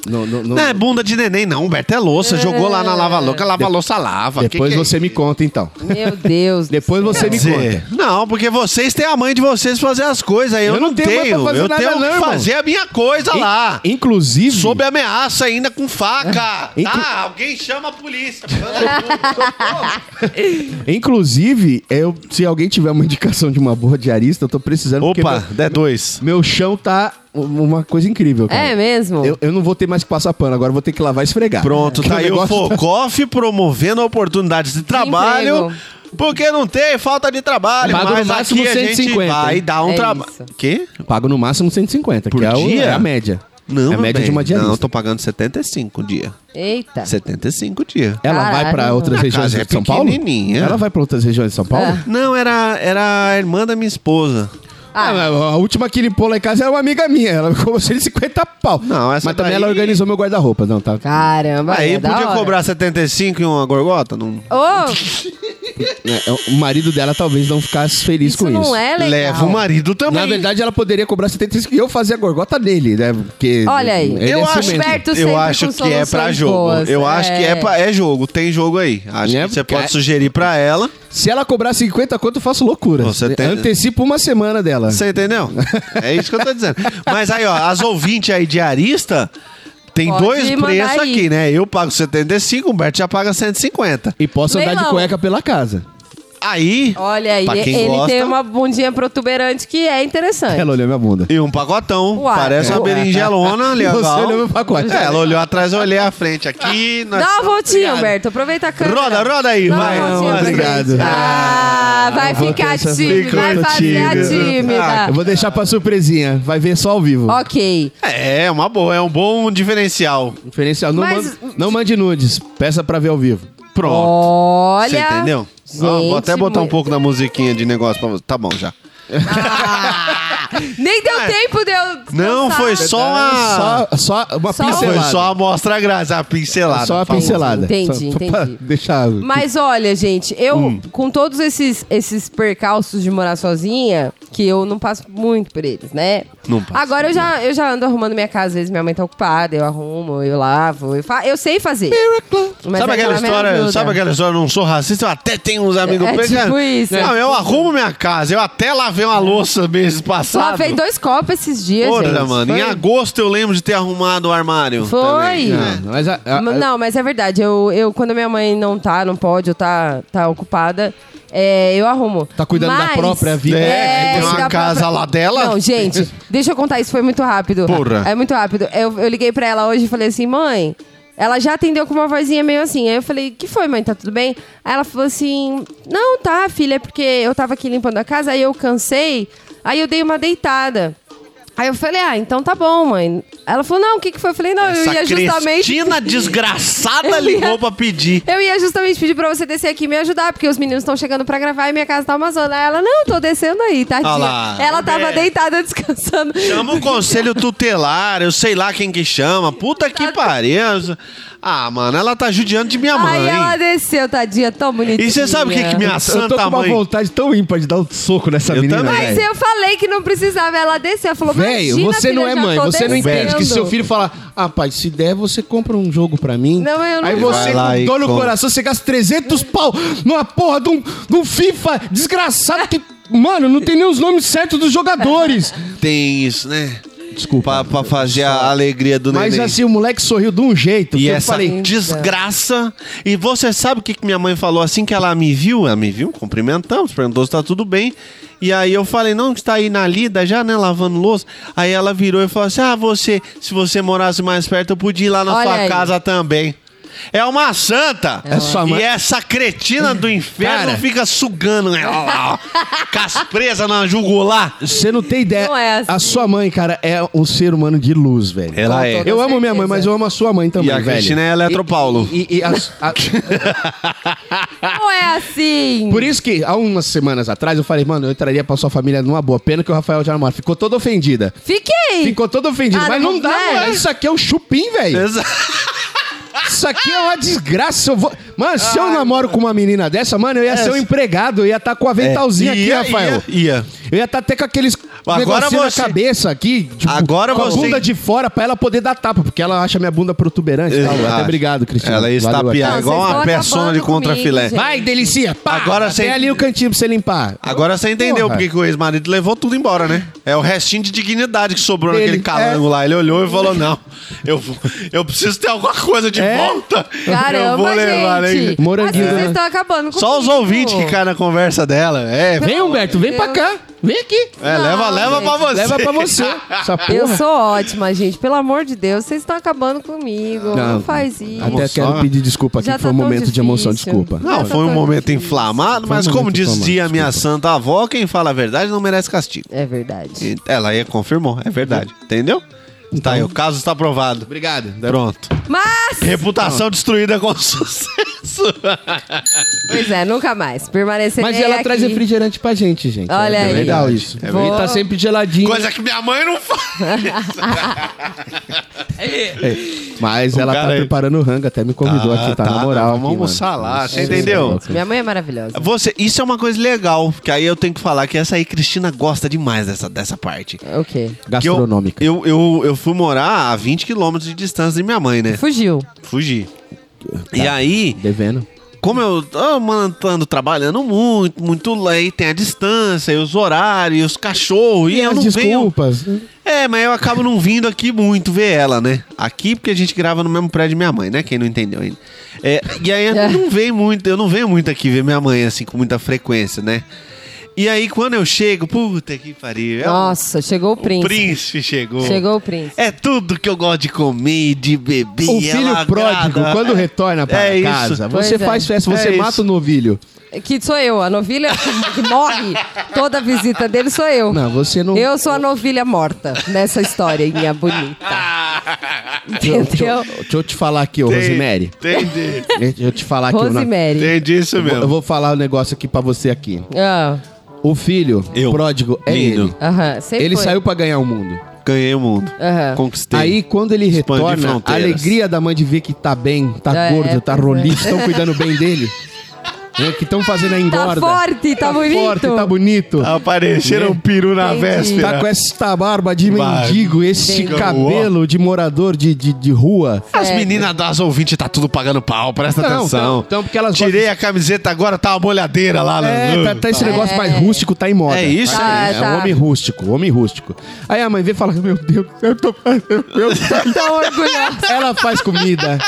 No, no- no-
Não é bunda de neném, não, Humberto. É louça. Jogou lá na lava-louca, lava-louça lava. Que
Depois
que é
você me conta, então.
Meu Deus. do
Depois
céu.
você me
isso?
conta.
Não, porque vocês têm a mãe de vocês fazer as coisas. aí Eu, não tenho.
mãe pra fazer
eu
nada
tenho
não,
que
irmão.
fazer a minha coisa tá lá.
Inclusive,
Sob ameaça ainda com faca.
Inclu-
Tá, alguém chama a
(laughs)
polícia.
inclusive eu, se alguém tiver uma indicação de uma boa diarista, eu tô precisando. porque
Opa,
meu-
der dois.
meu, chão tá um- uma coisa incrível, cara.
É mesmo?
Eu, eu não vou ter mais que passar pano, agora eu vou ter que lavar e esfregar.
Pronto,
Porque
tá aí o
negócio
Focoff promovendo oportunidades de trabalho.
emprego.
Porque não tem falta de trabalho,
Paga no
mas
máximo
aqui a gente
150,
vai
hein?
dar um
É
trabalho.
isso.
Quê?
Pago no máximo 150,
Por
que é, o-
dia?
é a média. é a
meu
média
bem.
de uma diarista.
Não, eu tô pagando 75 dia.
Eita.
75 dia.
Ela vai
Caralho.
pra outras
A
regiões
casa é
de São Paulo?
pequenininha.
Ela vai pra outras regiões de São Paulo?
É.
Não, era, era a irmã da minha esposa.
Ah, mas a última que limpou lá em casa era uma amiga minha. Ela me cobrou 150 pau.
Não, essa
Mas também
daí-
ela organizou meu guarda-roupa. Não, tá.
Caramba.
Aí
é da
podia
hora.
cobrar 75 e uma gorgota? Não...
Ô,
né, o marido dela talvez não ficasse feliz
Isso
com
não
isso.
é legal.
Leva o marido também.
Na verdade, ela poderia cobrar 75 e eu fazer a gorgota nele, né? Porque
Olha aí.
ele
eu
é
acho,
ciumento.
Esperto sempre
eu acho
com
que é pra
soluções
jogo.
boas,
eu acho que é,
é.
pra, é jogo, tem jogo aí. Acho
Né?
que você
É.
pode sugerir pra ela.
Se ela cobrar 50 conto, eu faço loucura.
Você tem-
Antecipo uma semana dela.
Você entendeu? É isso que eu tô dizendo. Mas aí, ó, as ouvintes aí diarista, tem
Pode
dois
mandar
preços
aí.
aqui, né? Eu pago 75, o Humberto já paga 150.
E posso andar de
Leilão.
cueca pela casa.
Aí,
Olha aí,
Pra quem
ele
gosta.
tem uma bundinha protuberante que é interessante.
Ela olhou minha bunda.
e um pacotão.
Uai.
Parece uma
É. (laughs)
berinjelona, legal.
Você olhou meu pacote.
É, ela olhou atrás, eu olhei a frente aqui. nós-
Ah, Dá uma voltinha,
Obrigado.
Humberto. Aproveita a câmera.
Roda, roda aí,
Dá uma
vai.
voltinha pra
obrigado.
gente. Ah, vai
vou ter
ficar
essa-
tímida.
Ficou
Vai fazer a
tímido.
tímida.
Ah, Eu vou deixar pra surpresinha. Vai ver só ao vivo.
Ok.
É, uma boa, é um bom diferencial.
Diferencial. Não,
Mas-
manda- não mande nudes. Peça pra ver ao vivo.
Pronto.
Olha.
Você entendeu?
Gente,
Ó, vou até botar um
muito-
pouco da musiquinha de negócio pra você. Tá bom já.
Nem deu tempo de eu.
Não,
descansar.
foi só uma.
Ah, Só, só uma
Só-
pincelada.
Foi só a mostra grátis, a pincelada.
Só uma
por favor.
pincelada.
Entendi,
Só pra
entendi.
Deixar.
Mas olha, gente, eu,
Hum.
com todos esses, esses percalços de morar sozinha, que eu não passo muito por eles, né?
Não passa.
Agora eu já, eu já ando arrumando minha casa, às vezes minha mãe tá ocupada, eu arrumo, eu lavo, eu, fa eu sei fazer. Mas é
sabe
que
aquela
ela me
história?
ajuda.
Sabe aquela história? Eu não sou racista, eu até tenho uns amigos
É
pretos,
tipo
cara.
isso.
Não, eu arrumo minha casa, eu até lavei uma louça meses passados.
Lavei dois copos esses dias,
Ora,
gente.
mano, em
Foi-
agosto eu lembro de ter arrumado o armário.
Foi.
também.
Ah, mas a- a-
Ma-
a-
Não, mas é verdade. Eu, eu, quando minha mãe não tá, não pode, ou tá, tá ocupada, é, eu arrumo.
Tá cuidando da
Mas-
própria vida.
É,
É,
tem
da
uma casa
própria-
lá dela.
Não,
(laughs)
gente, deixa eu contar, isso foi muito rápido.
Porra.
É muito rápido. Eu, eu liguei pra ela hoje e falei assim, mãe. Ela já atendeu com uma vozinha meio assim. Aí eu falei, que foi, mãe? Tá tudo bem? Aí ela falou assim: Não, tá, filha, é porque eu tava aqui limpando a casa, aí eu cansei, aí eu dei uma deitada. Aí eu falei, ah, então tá bom, mãe. Ela falou, não, o que, que foi? Eu falei, não, eu ia
Essa
justamente. (laughs)
Cristina desgraçada
Eu ia-
ligou pra pedir.
Eu ia justamente pedir pra você descer aqui e me ajudar, porque os meninos estão chegando pra gravar e minha casa tá uma zona. Aí ela, não, tô descendo aí, tadinha.
Ah lá.
ela tava
É.
deitada descansando.
Chama o conselho tutelar, eu sei lá quem que chama. Puta que pariu. Ah, mano, ela tá judiando de minha
Aí
mãe.
ela desceu, tadinha, tão bonitinha.
E você sabe o que, que minha
eu tô com
santa
uma
mãe.
vontade tão ímpar de dar um soco nessa
Eu
menina.
também.
velho.
Mas eu falei que não precisava, ela desceu. Ela falou,
Velho,
"Imagina,
você não
filha,
é
já
mãe,
tô
você não entende
descendo."
que seu filho fala: Ah, pai, se der, você compra um jogo pra mim.
Não, eu não
Aí
vou.
você,
Vai lá
com
e
dor no
compra.
coração, você gasta 300 pau numa porra de um, de um FIFA desgraçado que. Mano, não tem nem os nomes certos dos
(laughs)
jogadores.
Tem isso, né? Pra,
Desculpa.
pra fazer a alegria do
Mas
neném.
assim, o moleque sorriu de um jeito. que
E
eu
essa
falei.
desgraça. E você sabe o que, que minha mãe falou assim que ela me viu? Ela me viu, cumprimentamos, perguntou se tá tudo bem. E aí eu falei, não, que está aí na lida já, né, lavando louça. Aí ela virou e falou assim: ah, você, se você morasse mais perto, eu podia ir lá na
Olha
sua
aí.
casa também. É uma santa!
É sua mãe.
E essa cretina do inferno
Cara.
fica sugando ela lá, ó. Com as presas na
(laughs)
jugular.
Você não tem ideia.
Não é assim.
A sua mãe, cara, é um ser humano de luz, velho.
Ela é.
Eu amo minha mãe,
certeza.
mas eu amo a sua mãe também,
E a
velho.
Cristina é Eletropaulo.
E, e- e as-
(laughs)
a-
Não é assim.
Por isso que há umas semanas atrás eu falei, mano, eu entraria pra sua família numa boa. Pena que o Rafael de Armário ficou toda ofendida.
Fiquei.
Ficou toda ofendida.
Ah,
mas
não
não dá,
né?
vai.
mano. Isso aqui é um chupim, velho. Isso aqui é uma desgraça. Eu vou... Mano, se eu namoro com uma menina dessa, mano, eu ia ser um empregado. Eu ia estar com a ventalzinha aqui,
Ia,
Rafael.
ia, ia.
Eu ia estar até com aqueles
Agora
negocinho
você-
na cabeça aqui. tipo,
Agora
com a
você-
bunda de fora pra ela poder dar tapa, porque ela acha minha bunda protuberante. e tal.
Exato.
Tá Até obrigado, Cristina.
Ela ia
Valeu,
estapear
Não,
igual
vocês
uma
estão
persona de
acabando comigo,
contrafilé.
gente.
Vai, delícia! Pá!
Agora
Agora
você-
tem ali o cantinho pra você limpar.
Agora você entendeu
Porra.
porque que o ex-marido levou tudo embora, né? É o restinho de dignidade que sobrou
Ele-
naquele calango
é.
lá. Ele olhou e falou: Não, eu, vou- eu preciso ter alguma coisa de
É?
volta. eu
Caramba,
vou levar,
gente.
né?
Moranguinho,
Assim,
né?
Vocês estão acabando comigo.
Só os ouvintes que caem na conversa dela. É,
Vem, Humberto, vem pra cá. Vem aqui.
é, leva,
Não,
leva
gente.
pra você.
Leva pra (laughs) você. Essa porra.
Eu sou ótima, gente. Pelo amor de Deus, vocês estão acabando comigo. Não,
Não,
faz isso.
Até quero pedir desculpa aqui,
Já
que
tá
foi um
tão
momento de emoção,
difícil.
(laughs)
desculpa.
Não,
Essa
foi um
foi
momento
difícil.
inflamado,
Foi um
mas
momento
como dizia
inflamado,
a minha santa avó, quem fala a verdade não merece castigo.
É verdade.
E Ela aí confirmou, é verdade. Entendeu? Tá aí, o caso está aprovado.
Obrigado.
Pronto.
Mas,
Reputação destruída com (laughs) sucesso.
pois é, nunca mais. Permanecer
Mas ela
aqui.
traz refrigerante pra gente, gente.
Olha
é
aí.
legal isso.
É
E tá
verdade.
sempre geladinho.
Coisa que minha mãe não faz.
Mas
O
ela tá
cara é-
preparando o rango, até me convidou
Tá,
aqui, tá,
tá,
na moral.
vamos
aqui,
almoçar
mano.
lá, você
Nossa,
entendeu?
louco.
Minha mãe é maravilhosa.
Você, isso é uma coisa legal, que aí eu tenho que falar que essa aí Cristina gosta demais dessa, dessa parte.
O quê?
Que eu-
Gastronômica.
Eu, eu, eu fui morar a 20 quilômetros de distância de minha mãe, né?
Fugiu.
Fugi.
Tá.
E aí,
Devendo.
como eu tô, mano, tô andando trabalhando muito, muito lei, tem a distância, e os horários, e os cachorros, e, eu não venho.
desculpas.
É, mas eu acabo não vindo aqui muito ver ela, né? Aqui porque a gente grava no mesmo prédio de minha mãe, né? Quem não entendeu ainda. É, e aí eu
É.
não venho muito, eu não venho muito aqui ver minha mãe, assim, com muita frequência, né? E aí quando eu chego, puta que pariu. é um-
Nossa, chegou o
o
príncipe.
príncipe chegou.
Chegou o príncipe.
É tudo que eu gosto de comer, de beber.
O
ela
filho pródigo,
agrada. (laughs)
quando retorna pra
É isso.
casa,
Pois
você
é.
faz festa, você
É
mata
isso.
o novilho.
É-
Que sou eu, a novilha que, que morre. Toda visita dele sou eu.
Não, você não.
Eu sou a novilha morta nessa historinha bonita.
Deixa eu,
Entendeu?
deixa eu te falar Ah, aqui, ô
Tem-
(laughs) Rosemary.
Ah, Entendi.
Deixa eu te falar aqui. ô, na-
Rosemary.
Entendi isso
Eu vou-
mesmo.
eu vou falar um negócio aqui pra você aqui.
Ah,
O filho
Eu.
pródigo é
Lindo.
ele.
aham, sempre
Ele
foi.
saiu pra ganhar o mundo.
Ganhei o mundo.
Aham.
Conquistei.
Aí, quando ele
Expandir
retorna, a
fronteiras.
alegria da mãe de ver que tá bem, tá
É,
gordo,
é,
tá
pois é.
roliço, estão cuidando bem dele. né, que estão fazendo a engorda.
forte, tá bonito.
forte, tá bonito.
Apareceram um peru na
Entendi.
véspera.
Né? Tá com esta barba de
Barba.
mendigo, este
Entendi.
cabelo de morador de, de, de rua.
As meninas das ouvintes tá tudo pagando pau, presta
Não,
atenção.
É. então- então, porque elas
Tirei a camiseta agora, tá uma molhadeira lá.
É,
no-
tá, tá esse
Tá.
negócio mais rústico, tá em moda.
É isso
Tá, aí.
É
tá.
um homem rústico, homem rústico. Aí a mãe vê e fala: Meu Deus, eu tô fazendo.
(laughs)
Meu Deus.
Tá orgulhosa.
Ela faz comida.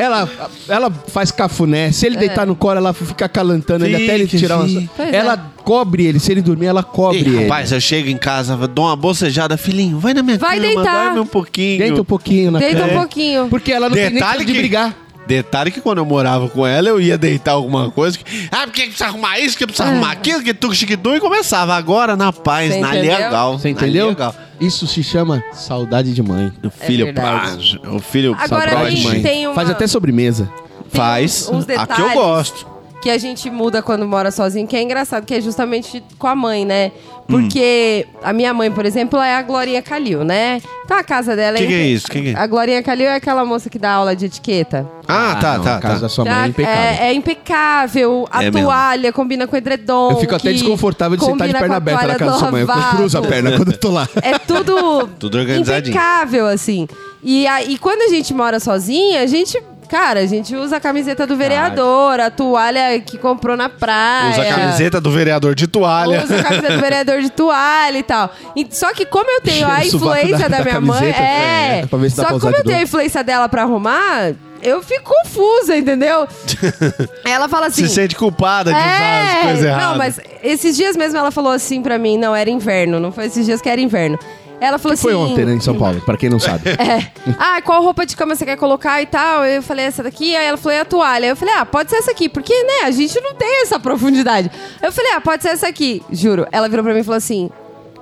Ela, ela faz cafuné. Se ele deitar no colo, ela fica calantando ele até ele
Fica,
tirar uma.
fica.
É. Pois é.
Ela cobre ele. Se ele dormir, ela cobre
Ei,
ele.
rapaz, eu chego em casa, dou uma bocejada, filhinho, vai na minha
Vai
cama,
deitar.
dorme um pouquinho.
Deita um pouquinho na
Deita
cama.
um pouquinho.
Porque ela não tem nem tempo de brigar.
Detalhe que quando eu morava com ela, eu ia deitar alguma coisa. que- Ah, porque precisa arrumar isso, porque precisa arrumar aquilo, que tu chiquitu e começava. Agora na paz,
Você
na
entendeu?
legal.
É. Você
na
entendeu? É
legal.
Isso se chama saudade de mãe.
O filho, pá,
verdade.
o filho
Agora
saudade
Saudade
tem-
de
de
mãe.
mãe.
tem uma-
Faz até sobremesa.
Tem
é Faz.
uns
a que eu
detalhes.
gosto.
que a gente muda quando mora sozinho, que é engraçado, que é justamente com a mãe, né?
Hum.
Porque a minha mãe, por exemplo, é a Glorinha Calil, né? Então a casa dela
Que que é
incrível.
isso? Que que é?
A Glorinha Calil é aquela moça que dá aula de etiqueta.
Ah, tá,
não,
tá,
A casa
tá.
da sua mãe
Tá?
é impecável.
É, é impecável. A
É mesmo.
toalha combina com o edredom.
Eu fico até
que
desconfortável de sentar de
combina com
perna
a
aberta na
toalha
casa
do
da sua mãe. Eu
lavabo.
cruzo a perna quando eu tô lá.
É tudo,
(laughs)
Tudo organizadinho.
impecável, assim. E, a- e quando a gente mora sozinha, a gente, cara, a gente usa a camiseta do vereador, a toalha que comprou na praia.
Usa a camiseta do vereador de toalha.
Ah, é. Usa a camisa do vereador de toalha e tal. E- só que como eu
(laughs)
tenho a
O sovaco
influência da,
da- da
minha mãe,
camiseta,
é.
é, pra ver se dá
só
pra
que como
usar de
eu tenho a
novo.
influência dela pra arrumar, eu fico confusa, entendeu?
(laughs)
Ela fala assim.
Se sente culpada de usar as coisas erradas.
É. Não, mas esses dias mesmo ela falou assim pra mim, não, era inverno, não foi esses dias que era inverno. Ela falou assim.
Foi ontem, né, em São Paulo, pra quem não sabe.
É. Ah, qual roupa de cama você quer colocar e tal? Eu falei essa daqui, aí ela falou, e a toalha? Eu falei, ah, pode ser essa aqui, porque, né, a gente não tem essa profundidade. Eu falei, ah, pode ser essa aqui, juro. Ela virou pra mim e falou assim,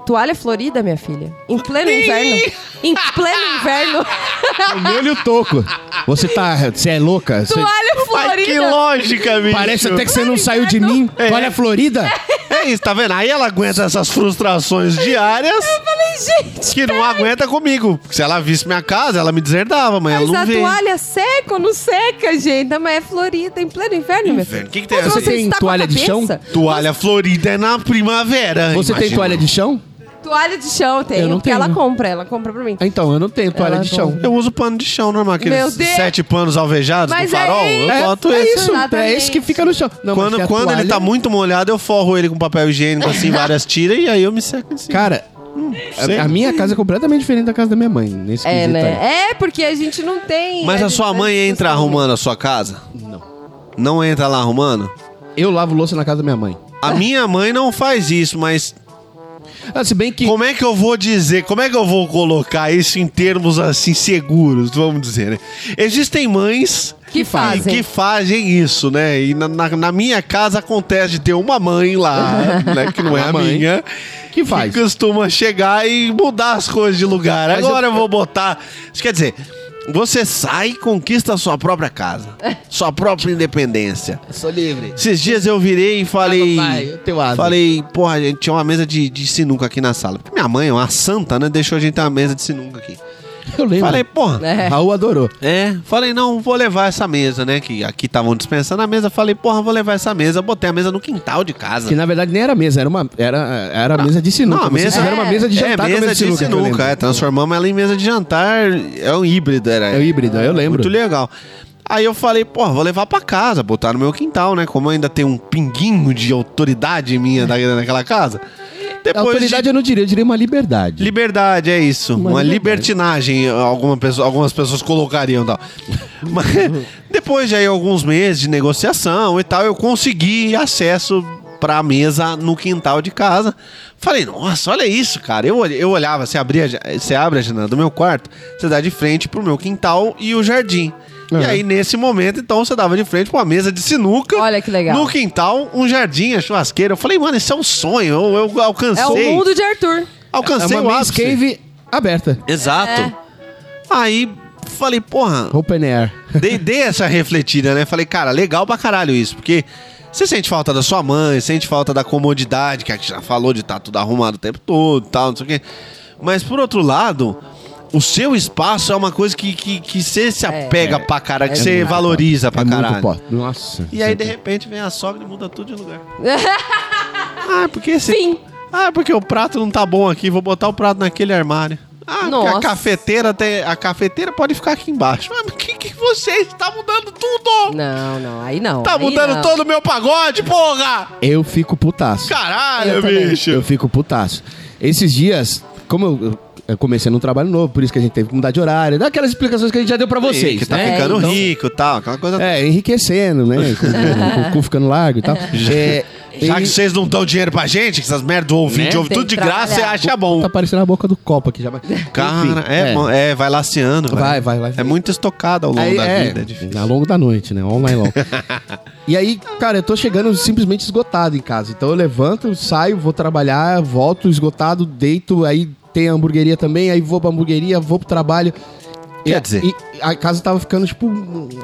toalha florida, minha filha? Em pleno inverno? Em pleno inverno?
É O meu e o toco. Você tá. Você é louca? Você-
toalha
Ai, que
florida?
lógica, bicho.
Parece até que você não saiu de mim. Olha a Florida.
É isso, tá vendo? Aí ela aguenta essas frustrações diárias
Falei, gente,
que não aguenta comigo. Se ela visse minha casa, ela me deserdava, mas,
mas
ela
a
não vê.
toalha seca ou não seca, gente? Não, mas é florida, em pleno inverno, minha filha.
O que, que tem
Mas
essa?
Você tem
está com a
toalha de
cabeça?
chão?
Toalha florida é na primavera.
Você tem
imagina.
toalha de chão?
Toalha de chão, tem.
Eu não
porque ela
tenho.
compra, ela compra pra mim.
Ah, Então, eu não tenho toalha
Ela
de chão.
Eu uso pano de chão normal,
Meu
aqueles
Deus.
sete panos alvejados
Mas
no
é
farol.
isso.
eu
É,
boto
é
esse.
isso, é
Exatamente.
esse que fica no chão. Não, mas que
Quando,
a
quando ele
toalha-
tá muito molhado, eu forro ele com papel higiênico, assim, várias tiras, e aí eu me seco em cima.
Cara,
sei.
a, a minha casa é completamente diferente da casa da minha mãe. Nesse
É,
quesito aí.
né? É, porque a gente não tem.
Mas a
gente
sua
faz
mãe
isso
entra
assim.
arrumando a sua casa?
Não.
Não entra lá arrumando?
Eu lavo louça na casa da minha mãe.
A minha mãe não faz isso, mas
Ah, se bem que.
Como é que eu vou dizer? Como é que eu vou colocar isso em termos assim seguros, vamos dizer, né? Existem mães
Que fazem.
que fazem isso, né? E na, na- na minha casa acontece de ter uma mãe
(laughs)
lá, né? Que não é
Uma
a
mãe
minha.
que faz.
Que costuma chegar e mudar as coisas de lugar.
Mas
Agora eu,
eu-
vou botar. Isso quer dizer. Você sai e conquista a sua própria casa,
(laughs)
sua própria independência.
Sou livre.
Esses dias eu virei e falei.
Ah, papai, eu tenho asa.
Falei, porra, gente, tinha uma mesa de, de sinuca aqui na sala. Minha mãe, uma santa, né? Deixou a gente ter uma mesa de sinuca aqui.
Eu lembro.
Falei, porra.
É.
Raul adorou.
É, falei, não, vou levar essa mesa, né? Que aqui estavam dispensando a mesa. Falei, porra, vou levar essa mesa. Botei a mesa no quintal de casa.
Que na verdade nem era mesa, era uma era, era mesa de sinuca.
Não, a
Vocês
mesa-
fizeram uma mesa de jantar com a
é, mesa de sinuca,
que eu lembro.
é, transformamos ela em mesa de jantar, é um híbrido, era.
É um híbrido, eu lembro.
Muito legal. Aí eu falei, pô, vou levar pra casa, botar no meu quintal, né? Como ainda tem um pinguinho de autoridade minha da- naquela casa.
É, A
Depois
autoridade
de...
eu não diria, eu diria uma liberdade.
Liberdade, é isso. Uma,
Uma
libertinagem, eh, alguma pessoa- algumas pessoas colocariam e tal. (laughs) Mas depois de aí alguns meses de negociação e tal, eu consegui acesso pra mesa no quintal de casa. Falei, nossa, olha isso, cara. Eu, olh- eu olhava, você, abria, a ja- você abre a janela do meu quarto, você dá de frente pro meu quintal e o jardim. E aí, nesse momento, então, você dava de frente pra uma mesa de sinuca.
Olha que legal.
No quintal, um jardim, a churrasqueira. Eu falei, mano, isso é um sonho. Eu, eu alcancei.
É o mundo de Arthur.
é
Alcancei
uma
o
maze
um ápice.
cave aberta.
Exato.
É.
Aí falei, porra,
Open air.
dei, dei essa refletida, né? Falei, cara, legal pra caralho isso, porque você sente falta da sua mãe, sente falta da comodidade, que a gente já falou de estar tudo arrumado o tempo todo e tal, não sei o quê. Mas por outro lado, o seu espaço é uma coisa que, que, que você se apega pra caralho, que você
muito
valoriza pra
é
caralho.
muito pó. Nossa.
E aí, de repente, vem a sogra e muda tudo de lugar. (laughs) ah, porque esse.
Fim.
Ah, porque o prato não tá bom aqui, vou botar o prato naquele armário. Ah, porque a
Nossa.
cafeteira tem. A cafeteira pode ficar aqui embaixo. Mas por que, que vocês tá mudando tudo?
Não, não, aí não.
Tá
aí
mudando
não.
todo o meu pagode, porra!
Eu fico putaço.
Caralho,
Eu também.
bicho!
Eu fico putaço. Esses dias, como eu, eu comecei num trabalho novo, por isso que a gente teve que mudar de horário, daquelas explicações que a gente já deu pra vocês,
que tá
né?
ficando
Então,
rico e tal, aquela coisa.
É, enriquecendo, né? Com, com- com o cu ficando largo e tal. É,
(laughs) Já
e-
que vocês não dão dinheiro pra gente, que essas merdas do ouvinte
Né?
ouve
Tem
tudo de
que
graça, você
trabalhar.
acha bom.
Tá parecendo a boca do copo aqui já. mas-
Cara,
Enfim,
é, mo- é, vai laceando.
Vai,
velho.
vai, vai.
É muito estocado ao longo
Aí,
da
é,
vida, é difícil.
Ao longo da noite, né?
(laughs)
Online long. e aí, cara, eu tô chegando simplesmente esgotado em casa. Então eu levanto, saio, vou trabalhar, volto esgotado, deito, aí tem a hamburgueria também, aí vou pra hamburgueria, vou pro trabalho.
Quer
E-
dizer-
E a casa tava ficando, tipo,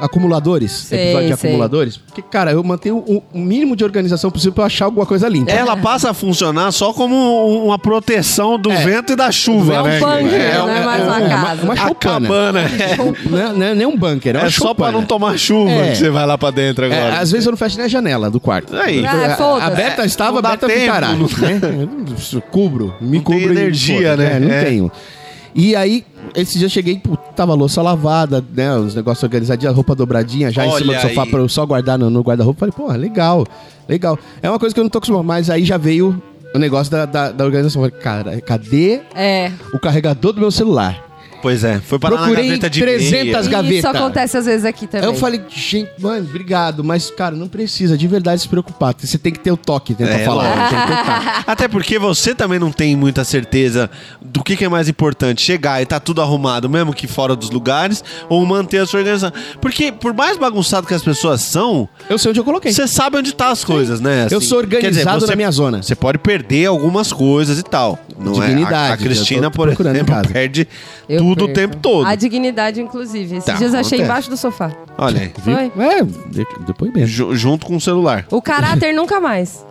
acumuladores.
Sei,
episódio de
sei.
acumuladores. Porque, cara, eu mantenho o o mínimo de organização possível pra eu achar alguma coisa
(laughs)
limpa.
Ela passa a funcionar só como um- uma proteção do vento e da chuva,
É um
né?
bunker, não é
um-
mais uma casa.
uma
a
choupana.
cabana. É,
Não é- não é nem um bunker, é, uma
É só pra
choupana.
não tomar chuva
É.
que você vai lá pra dentro
É,
agora.
às vezes eu não fecho nem a janela do quarto. é,
Aí. É,
Ah,
A-
foda-se.
aberta estava,
Não dá
aberta
tempo,
ficará.
não-
Né? Cubro, me
Não tem
cubro. e
energia,
foda-se.
né?
É, não
É.
tenho. E aí, esse dia eu cheguei, pô, tava a louça lavada, né? Os negócios organizadinhos, a roupa dobradinha, já em cima
Olha
do sofá
aí.
pra eu só guardar no, no guarda-roupa. Falei, porra, legal, legal. É uma coisa que eu não tô acostumado, mas aí já veio o negócio da, da, da organização. Falei, cara, cadê
É.
o carregador do meu celular?
Pois é, foi parar na
Procurei
gaveta de
300
meia.
As gavetas.
Isso acontece às vezes aqui também.
Aí eu falei, gente, mano, obrigado, mas, cara, não precisa de verdade se preocupar. Você tem que ter o toque, tentar
É,
falar.
lógico.
tem que tentar.
Até porque você também não tem muita certeza do que, que é mais importante, chegar e tá tudo arrumado, mesmo que fora dos lugares, ou manter a sua organização. Porque por mais bagunçado que as pessoas são,
Eu sei onde eu coloquei.
Você sabe onde tá as coisas, né?
Eu sou organizado na minha zona.
Você pode perder algumas coisas e tal. Não é? A-
Dignidade,
A, Cristina,
eu tô
por
procurando em
exemplo,
casa.
perde
Eu
tudo o
perco.
tempo todo.
A dignidade, inclusive. Esses
Tá,
dias eu achei
acontece.
embaixo do sofá.
Olha aí.
Viu?
Foi?
É, de- depois
(laughs)
mesmo.
Ju- junto com o celular.
O caráter nunca
(laughs)
mais.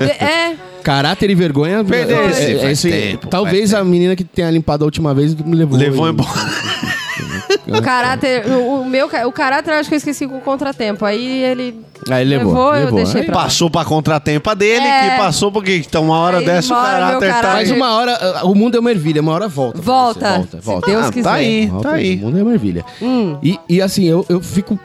é.
Caráter e vergonha.
Perdeu
é-
esse,
é-
faz
é isso aí.
tempo,
Talvez
faz
a menina que tenha limpado a última vez me levou.
Levou
em-
embora.
O caráter, o, o meu, ca- o caráter eu acho que eu esqueci com o contratempo. Aí ele
Aí levou.
Levou,
é.
eu deixei
Aí
pra-
Passou pra contratempo dele,
É.
que passou porque então uma hora
Aí
dessa o
embora, meu
caráter tá.
caralho.
Mas uma hora, uh, o mundo é uma ervilha, uma hora volta. pra você.
volta.
Volta, volta.
Se Deus
Ah,
quiser.
tá aí,
Volta,
tá aí.
O mundo é uma ervilha.
Hum.
E, e assim, eu, eu fico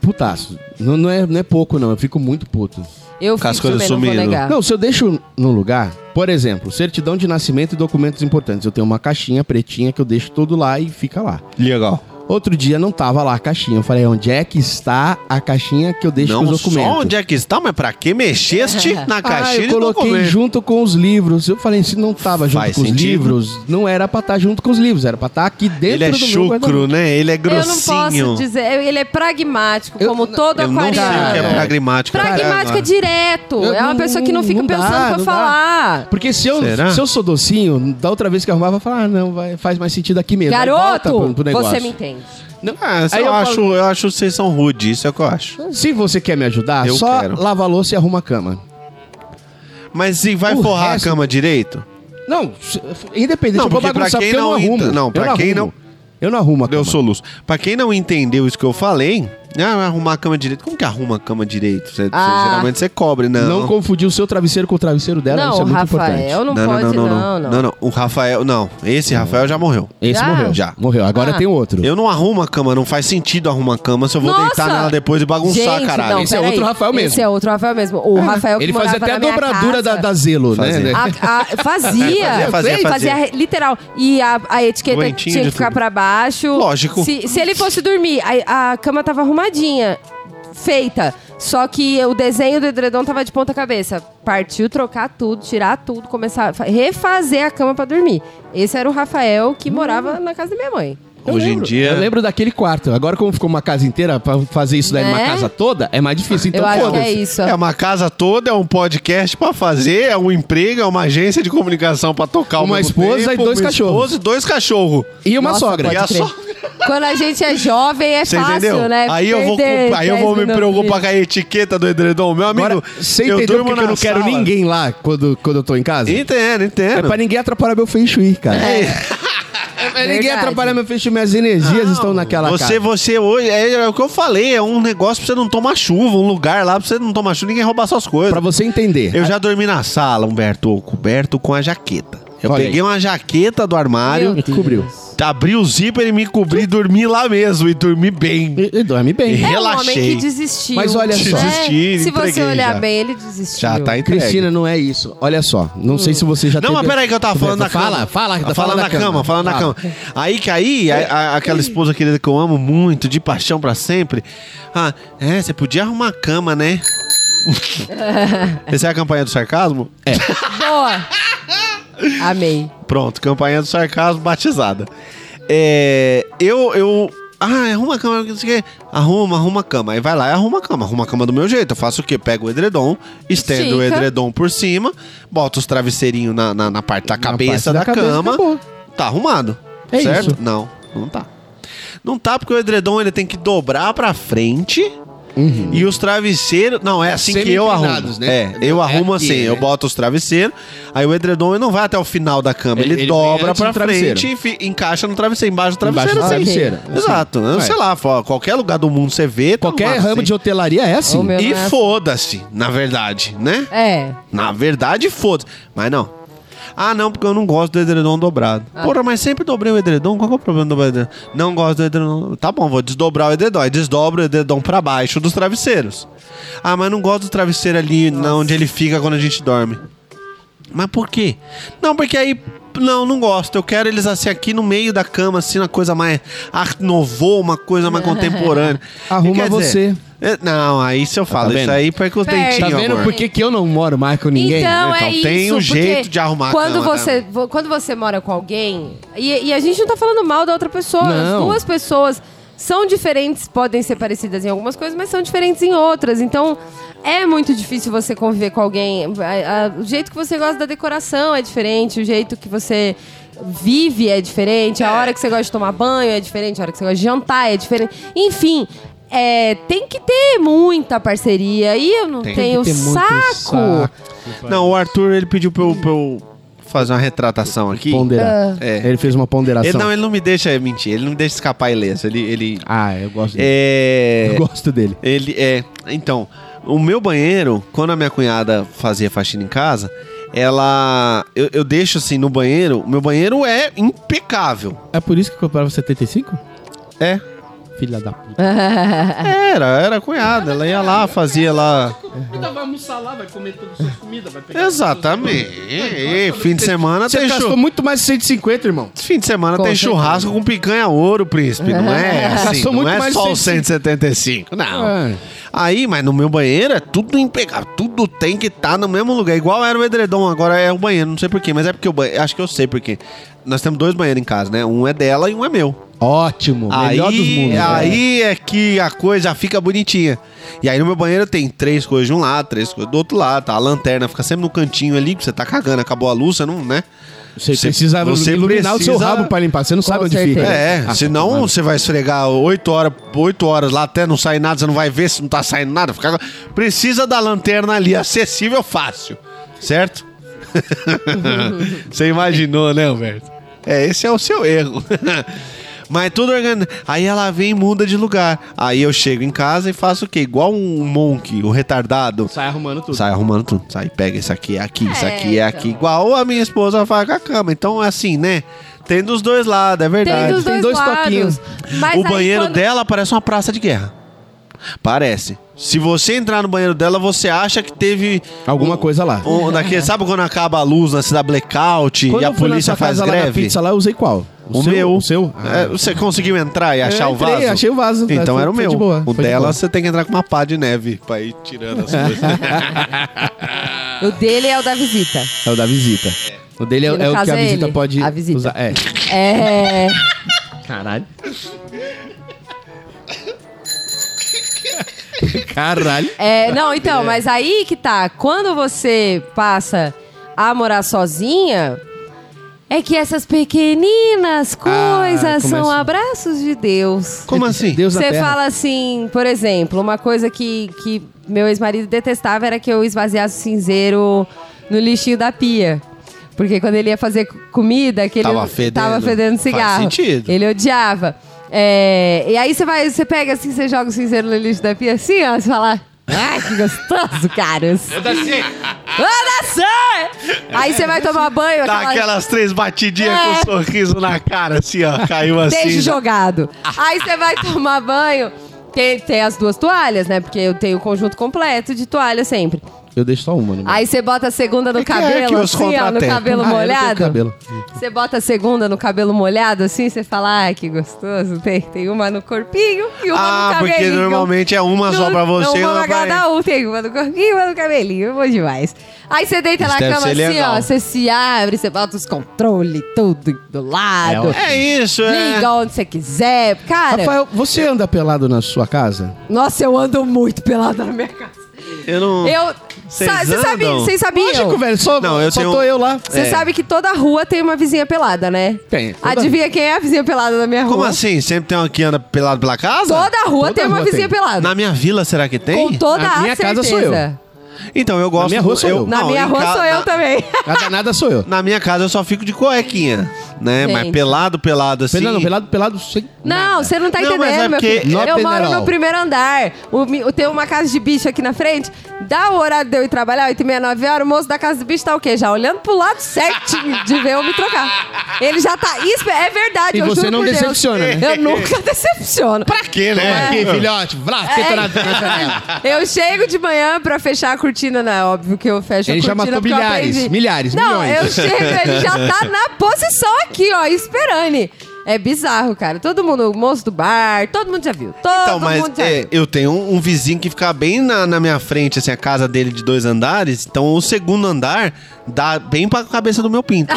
putaço. Não, não, é, não é pouco, não. Eu fico muito puto.
Eu
Com as
fiz
coisas
também, não vou
sumindo.
negar.
Não, se eu deixo num lugar, por exemplo, certidão de nascimento e documentos importantes. Eu tenho uma caixinha pretinha que eu deixo tudo lá e fica lá.
Legal.
Outro dia não tava lá a caixinha. Eu falei, onde é que está a caixinha que eu deixo
Não
os documentos?
só onde é que está, mas pra
(laughs)
que mexeste na
Ah,
caixinha
eu coloquei
de documento?
junto com os livros. Eu falei, se não tava junto
Faz
com os
sentido.
livros, não era pra estar junto com os livros, era pra estar aqui dentro
Ele é
do meu guarda-roupa.
chucro, né? Ele é
Eu não
grossinho.
posso dizer. Ele é pragmático,
Eu-
como todo
Eu não sei o que é
aquariano.
pragmático.
Pragmático é
Caralho.
direto.
Eu
é uma
não-
pessoa que não fica
não dá,
pensando pra
não dá.
falar.
Porque se eu,
Será?
se eu sou docinho, da outra vez que eu arrumava, eu falava, ah, não, vai, faz mais sentido aqui mesmo. Aí volta
Garoto,
pro- pro negócio.
você me entende.
Ah,
Aí
eu,
eu
acho, eu acho que vocês são rude, isso é o que eu acho.
Se você quer me ajudar,
Eu
só
quero.
lava a louça e arruma a cama.
Mas se vai
O
forrar
resto-
a cama direito?
Não, se- independente,
Não,
eu vou
porque pra
bagunçar
quem
porque eu não
não
arrumo.
ent- não,
Eu
pra quem
arrumo. Eu não arrumo a
Deu
cama.
soluço. Pra quem não entendeu isso que eu falei, né, arrumar a cama direito. Como que arruma a cama direito? Você- você-
Ah.
geralmente você cobre, né? não.
Não confundir o seu travesseiro com o travesseiro dela,
não,
isso é muito
Rafael
importante.
não, pode, não, não.
não, não. O Rafael, não. Esse Rafael já morreu.
Esse
Já?
morreu.
Já.
Morreu. Agora
Ah.
tem outro.
Eu não arrumo a cama, não faz sentido arrumar a cama se eu vou
Nossa!
deitar nela depois e bagunçar,
Gente,
caralho.
não,
Esse é
peraí.
outro Rafael mesmo.
Esse é outro Rafael mesmo. O Rafael que
Ele
morava
fazia até
na
a
minha
dobradura da,
casa. Ah,
da zelo,
Fazia.
né?
A- a- fazia,
É, Fazia, fazia, fazia.
re- literal. E a, a etiqueta
Doentinho
tinha
de
que ficar
tudo.
pra baixo.
Lógico.
Se, se ele fosse dormir, a, a cama tava arrumadinha, feita. Só que o desenho do edredom tava de ponta cabeça. Partiu trocar tudo, tirar tudo, começar a fa- refazer a cama pra dormir. Esse era o Rafael
Hum.
que morava na casa da minha mãe.
Eu
Hoje em
lembro.
dia.
Eu lembro daquele quarto. Agora, como ficou uma casa inteira, pra fazer isso daí numa
Né?
casa toda, é mais difícil. Então,
Eu acho que
foda-se.
é isso.
É uma casa toda, é um podcast pra fazer, é um emprego, é uma agência de comunicação pra tocar ao
Uma
mesmo
esposa
tempo,
e dois
uma
cachorros.
esposa e dois cachorros.
E uma
Nossa,
sogra.
E
pode
a
crer.
sogra.
Quando a gente é jovem é
Você
fácil,
entendeu?
né?
Aí eu vou,
Perder
com- aí eu
10
vou me
minutos.
preocupar com a etiqueta do edredom. Meu amigo,
Agora, você
eu
entendeu
durmo
porque
na
eu não quero
sala.
ninguém lá quando, quando eu tô em casa?
Entendo,
É
entendo.
pra ninguém atrapalhar meu feng shui, cara.
(laughs)
É. ninguém
É Verdade.
atrapalhar meu feng shui. Minhas energias estão naquela
Você,
casa.
você hoje, é, é o que eu falei, é um negócio pra você não tomar chuva, um lugar lá pra você não tomar chuva, ninguém roubar suas coisas.
Pra você entender.
Eu já dormi na sala, Humberto, coberto com a jaqueta. Eu
Olha
peguei uma jaqueta do armário,
Meu Deus.
Cobriu.
abri o zíper e me cobri e dormi lá mesmo. E dormi bem.
E, e dorme bem.
É.
É um homem
Relaxei.
que desistiu.
Mas olha só.
Né?
Desisti,
Se você
entreguei
olhar
já.
bem, ele desistiu.
Já tá entregue.
Cristina, não é isso. Olha só. Não sei se você já
Não, mas
teve-
peraí que eu tava falando da
fala,
cama.
Fala, fala,
falando da cama, falando da
Fala.
cama. Aí que aí, a- a- aquela esposa querida que eu amo muito, de paixão pra sempre. Ah, é, você podia arrumar a cama, né? (laughs) Essa é a campanha do sarcasmo? É. (laughs)
Boa. Amei.
Pronto, campanha do sarcasmo batizada. É, eu, eu... Ah, arruma a cama, não sei o quê. Arruma, arruma a cama. Aí vai lá e arruma a cama. Arruma a cama do meu jeito. Eu faço o quê? Pego o edredom, estendo o
Estica.
edredom por cima, boto os travesseirinhos na, na, na parte da cabeça
parte
da,
cabeça,
cama.
acabou.
Tá arrumado.
É
certo?
isso.
Não, não tá. Não tá porque o edredom ele tem que dobrar pra frente. E os travesseiros. Não, é assim que eu arrumo.
Uhum. Semi-inclinados, né?
É, eu
É
arrumo
aqui,
assim.
né?
Eu boto os travesseiros. Aí o edredom ele não vai até o final da cama. Ele,
Ele- ele vem
dobra
antes
pra
do travesseiro.
frente e fi- encaixa no travesseiro. Embaixo do
Embaixo
travesseiro,
do
assim.
travesseiro, assim.
Exato. Eu
Vai.
Sei lá, fo- qualquer lugar do mundo você vê. tá
Qualquer
arrumado
ramo
assim.
de hotelaria é assim.
Ô, meu-
E
Né?
foda-se, na verdade, né?
É.
Na verdade, foda Mas não. Ah, não, porque eu não gosto do edredom dobrado.
Ah.
Porra, mas sempre dobrei o edredom. Qual que é o problema do dobrar o edredom? Não gosto do edredom. Tá bom, vou desdobrar o edredom. Aí desdobro o edredom pra baixo dos travesseiros. Ah, mas não gosto do travesseiro ali na onde ele fica quando a gente dorme. Mas por quê? Não, porque aí. Não, não gosto. Eu quero eles assim aqui no meio da cama, assim, uma coisa mais art nouveau, uma coisa
(laughs)
mais contemporânea.
Arruma
E quer
você.
é, não, aí se eu falo,
Tá
isso
vendo?
aí perca os
Perde.
dentinhos,
Tá vendo
amor.
por que, que eu não moro mais com ninguém?
então,
né?
é
Então
isso.
tem um
porque
jeito de arrumar a
quando
cama, né?
você vo- Quando você mora com alguém, e, e a gente não tá falando mal da outra pessoa, as
Não.
duas pessoas são diferentes, podem ser parecidas em algumas coisas, mas são diferentes em outras. Então, é muito difícil você conviver com alguém. A- a- o jeito que você gosta da decoração é diferente, o jeito que você vive é diferente, a hora que você gosta de tomar banho é diferente, a hora que você gosta de jantar é diferente. Enfim, é, tem que ter muita parceria. E eu não
Tem.
tenho
Tem muito
saco.
Não, o Arthur, ele pediu pra eu, pra eu fazer uma retratação aqui.
Ponderar.
Ah.
É.
Ele fez uma ponderação.
Ele, não, ele não me deixa é, mentir, ele não me deixa escapar ileso. Ele, ele...
Ah, eu gosto dele.
É...
Eu gosto dele.
Ele é. Então, o meu banheiro, quando a minha cunhada fazia faxina em casa, ela. Eu, eu deixo assim no banheiro. O meu banheiro é impecável.
É por isso que comprava 75?
É.
Filha da puta.
Era, era a cunhada. Ela ia lá, fazia lá.
É. Então vai almoçar lá, vai comer todas as suas comidas, vai
Exatamente. Fim de semana
Você
tem
gastou
churrasco.
muito mais de 150, irmão.
Fim de semana
Com
tem
certeza.
churrasco com picanha ouro, príncipe. Não
(laughs)
é assim,
Gastou
não
muito
é
mais
só o
150.
175. Não.
É.
Aí, mas no meu banheiro é tudo impecável. Tudo tem que estar no mesmo lugar. Igual era o edredom, agora é o banheiro. Não sei porquê, mas é porque o banheiro. Acho que eu sei porquê. Nós temos dois banheiros em casa, né? Um é dela e um é meu.
Ótimo. melhor dos mundos. né?
Aí é que a coisa fica bonitinha. E aí no meu banheiro tem três coisas de um lado, três coisas do outro lado, tá? A lanterna fica sempre no cantinho ali, que você tá cagando, acabou a luz, você não, né?
Você,
Você-
precisa
você
iluminar o seu
precisa-
rabo pra limpar. Você não sabe onde
certeza.
fica.
É,
Ah,
senão
mano.
você vai esfregar oito horas, oito horas lá até não sair nada, você não vai ver se não tá saindo nada. Fica... Precisa da lanterna ali, acessível, fácil, certo? (laughs)
Você imaginou, né, Alberto? É, esse é o seu erro.
(laughs) Mas tudo organizado. Aí ela vem e muda de lugar. Aí eu chego em casa e faço o quê? Igual um monk, o retardado.
Sai arrumando tudo.
Sai arrumando tudo. Sai, pega isso aqui, é aqui, isso
É,
aqui,
então.
é aqui. Igual a minha esposa faz com a cama. Então é assim, né? Tem dos dois lados, é
Tem
verdade.
dos
Tem
dois,
dois
lados.
toquinhos.
Mas
o
aí
banheiro
quando-
dela parece uma praça de guerra. Parece. Se você entrar no banheiro dela, você acha que teve.
Alguma coisa lá.
Um, daquele, sabe quando acaba a luz, né, se dá blackout
Quando
e a
eu fui na
polícia
sua
faz
casa lá na
greve?
pizza lá, eu usei qual?
O meu.
O seu? Ah.
É, você conseguiu entrar e achar o
entrei,
vaso?
achei o vaso, tá,
Então
foi-
era o
foi
meu.
de boa,
o
foi de
dela
boa.
você tem que entrar com uma pá de neve pra ir tirando as
(laughs)
coisas.
O dele é o da visita.
É o da visita. O dele é,
Que no
é o
caso
que a
é
visita
ele,
pode
a visita.
usar. É.
É.
Caralho.
Caralho.
É, não, então, mas aí que tá. Quando você passa a morar sozinha, é que essas pequeninas coisas são
começa.
abraços de Deus.
Como assim?
Deus na
Você
terra.
fala assim, por exemplo, uma coisa que, que meu ex-marido detestava era que eu esvaziasse o cinzeiro no lixinho da pia. Porque quando ele ia fazer co- comida, que ele
Tava fedendo.
tava fedendo
Faz
cigarro.
sentido.
Ele odiava. É, e aí você vai, você pega assim, você joga o cinzeiro no lixo da pia assim, ó, você fala. Ah, que gostoso, caras. Eu dancei! Aí você vai tomar banho,
Dá
aquela
aquelas três batidinhas
É.
com um sorriso na cara, assim, ó. Caiu assim.
Deixa jogado. Aí você vai tomar banho. Tem, tem as duas toalhas, né? Porque eu tenho o conjunto completo de toalha sempre.
Eu deixo só uma né? no meu.
Aí você bota a segunda no
que é que
cabelo,
os
assim, ó, no
contratempos? é
cabelo
Ah, eu não tenho
molhado.
cabelo.
Você bota a segunda no cabelo molhado, assim, você fala, ai, que gostoso. Tem, tem uma no corpinho e uma
ah,
no cabelinho.
porque normalmente é uma só
No-
pra você e
Uma
outra
pra
pra ele.
cada um. Tem uma no corpinho, uma no cabelinho. Bom demais. Aí você deita
Isso
na
deve
cama
ser
assim,
legal.
ó. Você se abre, você bota os controles, tudo do lado.
É isso, é.
Liga onde você quiser. Cara,
Rafael, você anda pelado na sua casa?
nossa, eu ando muito pelada na minha casa.
Eu não.
Eu.
Vocês
Sa- Vocês sabiam?
andam?
Vocês
Chico,
sabiam?
velho, só,
Não, eu
só
tenho-
tô eu lá.
Você
É.
sabe que toda rua tem uma vizinha pelada, né?
Tem, toda
Adivinha quem é a vizinha pelada da minha rua?
Como assim? Sempre tem uma que anda pelado pela casa?
Toda rua
Toda
tem uma
rua
vizinha
tem.
pelada.
Na minha vila, será que
Com
tem?
toda
Na
a
minha
certeza.
casa sou eu.
Então, eu gosto.
minha rua sou eu.
Na
não,
minha
em
rua
ca-
sou eu
na-
também.
A danada sou
(laughs)
eu.
Na minha casa eu só fico de cuequinha, né?
Gente.
Mas pelado, pelado assim.
Pelado, pelado, pelado, sem
Não, você não tá
Não, mas é
entendendo, meu
porque-
filho.
Nó
Eu moro
peneiral.
no primeiro andar. O, mi- o- tem uma casa de bicho aqui na frente. Dá o horário de eu ir trabalhar, 8 e meia, 9 horas, o moço da casa do bicho tá o quê? Já olhando pro lado certinho de ver eu me trocar. Ele já tá... Isso é verdade,
E
eu
você
juro
não
por Deus.
decepciona, né?
Eu nunca (laughs) decepciono. Pra
Que,
Toma
né?
aqui, filhote. Vlá,
É.
senta na- na janela.
(laughs) Eu chego de manhã pra fechar a cortina, né? Óbvio que eu fecho
Ele
a
já
cortina.
matou
porque eu
milhares,
aprendi.
milhares,
Não,
milhões.
eu chego, ele
(laughs)
já tá na posição aqui, ó, esperando. É bizarro, cara. Todo mundo, o moço do bar, todo mundo já viu. Todo
Então, mas
mundo já
é,
viu.
eu tenho um, um vizinho que fica bem na, na minha frente, assim, a casa dele de dois andares. Então, o segundo andar dá bem pra cabeça do meu
(laughs)
pinto.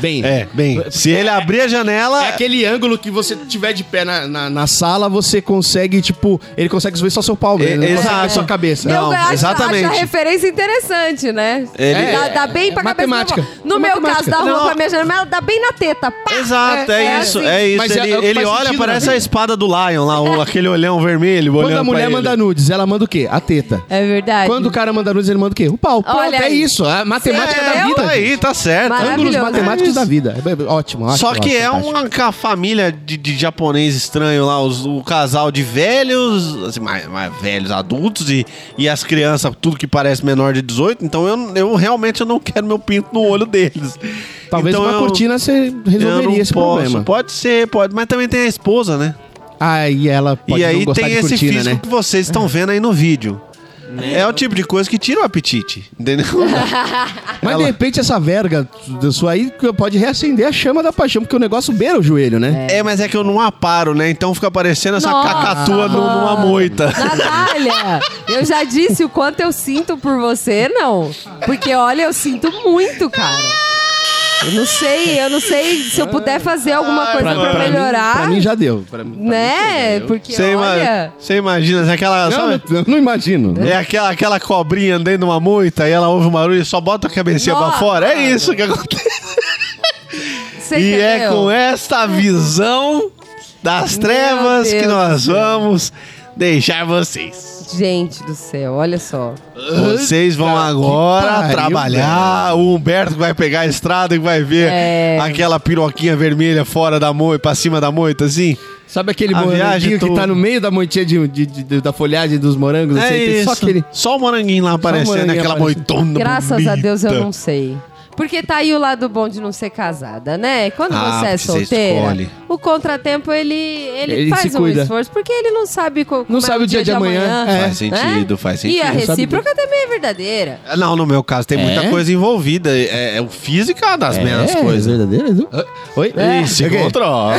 Bem, bem.
É, bem. Se ele abrir a janela.
É aquele ângulo que você tiver de pé na, na, na sala, você consegue, tipo, ele consegue ver só seu pau mesmo.
É,
não consegue
exato.
ver sua cabeça.
eu
Não,
acho,
exatamente.
acho a referência interessante, né?
Ele-
dá, dá bem pra
é
cabeça. da
matemática.
mão. No
É
meu caso,
matemática.
da rua
Não.
pra minha janela, dá bem na teta. Pá!
Exato, é,
É
isso,
assim.
é isso.
Mas é-
ele
é o que
ele
faz
olha,
sentido
parece
na
a
vida.
espada do Lion lá, o- aquele olhão vermelho
Quando
olhando
a mulher
pra
manda
ele.
nudes, ela manda o quê? A teta.
É verdade.
Quando o cara manda nudes, ele manda o quê? O pau. Pronto,
Olha
é
aí. é
isso. A matemática
Sim,
da
eu-
vida.
Tá aí, tá certo.
Maravilhoso.
É, Ângulos
É
um matemáticos
isso.
da vida. É, é, é, Ótimo, ótimo.
Só que
ótimo,
é
fantástico.
uma ca- família de, de japonês estranho lá, os- o casal de velhos, assim, mais, mais velhos, adultos e, e as crianças, tudo que parece menor de 18. Então eu, eu realmente eu não quero meu pinto no olho deles.
Talvez
então
uma
eu-
cortina você
eu não
resolveria esse
posso.
problema.
Pode ser, pode. Mas também tem a esposa, né?
Aí ela pode
e aí
não gostar
tem
de
esse
cortina,
físico
né?
que vocês estão vendo aí no vídeo. É o tipo de coisa que tira o apetite, entendeu?
Mas de repente essa verga da sua aí pode reacender a chama da paixão, porque o negócio beira o joelho, né?
é, mas é que eu não aparo, né? Então fica parecendo essa
Nossa,
cacatua no-
mano.
numa moita.
Natália, eu já disse o quanto eu sinto por você, não. Porque, olha, eu sinto muito, cara. Eu não sei, eu não sei se eu puder fazer alguma coisa pra, melhorar.
Mim, pra mim já deu.
né? Porque,
(laughs) Você ima-
olha...
você imagina, se aquela.
Não,
sabe?
não, não imagino.
É aquela, aquela cobrinha andando numa moita e ela ouve um barulho e só bota a cabecinha pra
Nossa.
fora. É isso que acontece.
Você
E é
entendeu?
com esta visão das
Meu
trevas que
Deus
nós vamos deixar vocês.
Gente do céu, olha só.
Vocês vão agora
pariu,
trabalhar. O Humberto que vai pegar a estrada e vai ver
É.
aquela piroquinha vermelha fora da moita, pra cima da moita, assim.
Sabe aquele
A viagem
moranguinho que
toda.
tá no meio da moitinha de- de- de- da folhagem dos
É
morangos? não sei, tem Só aquele...
Só o moranguinho lá aparecendo,
moranguinho
aquela
aparecendo.
moitona.
Graças a Deus eu
bonita.
não sei. Porque tá aí o lado bom de não ser casada, né? Quando
Ah,
você é
porque você
solteira,
escolhe.
o contratempo ele, ele,
Ele
faz
se
um
cuida.
esforço, porque ele não sabe co- como
Não
é
sabe o dia de amanhã. É.
Faz sentido, faz
né? E
sentido.
a
sabe
recíproca também é verdadeira.
Não, no meu caso tem muita
É?
coisa envolvida. É, é o físico das minhas
é,
coisas.
verdadeiro? Edu? Oi? É.
Ih, se
Ok. (laughs)
controla.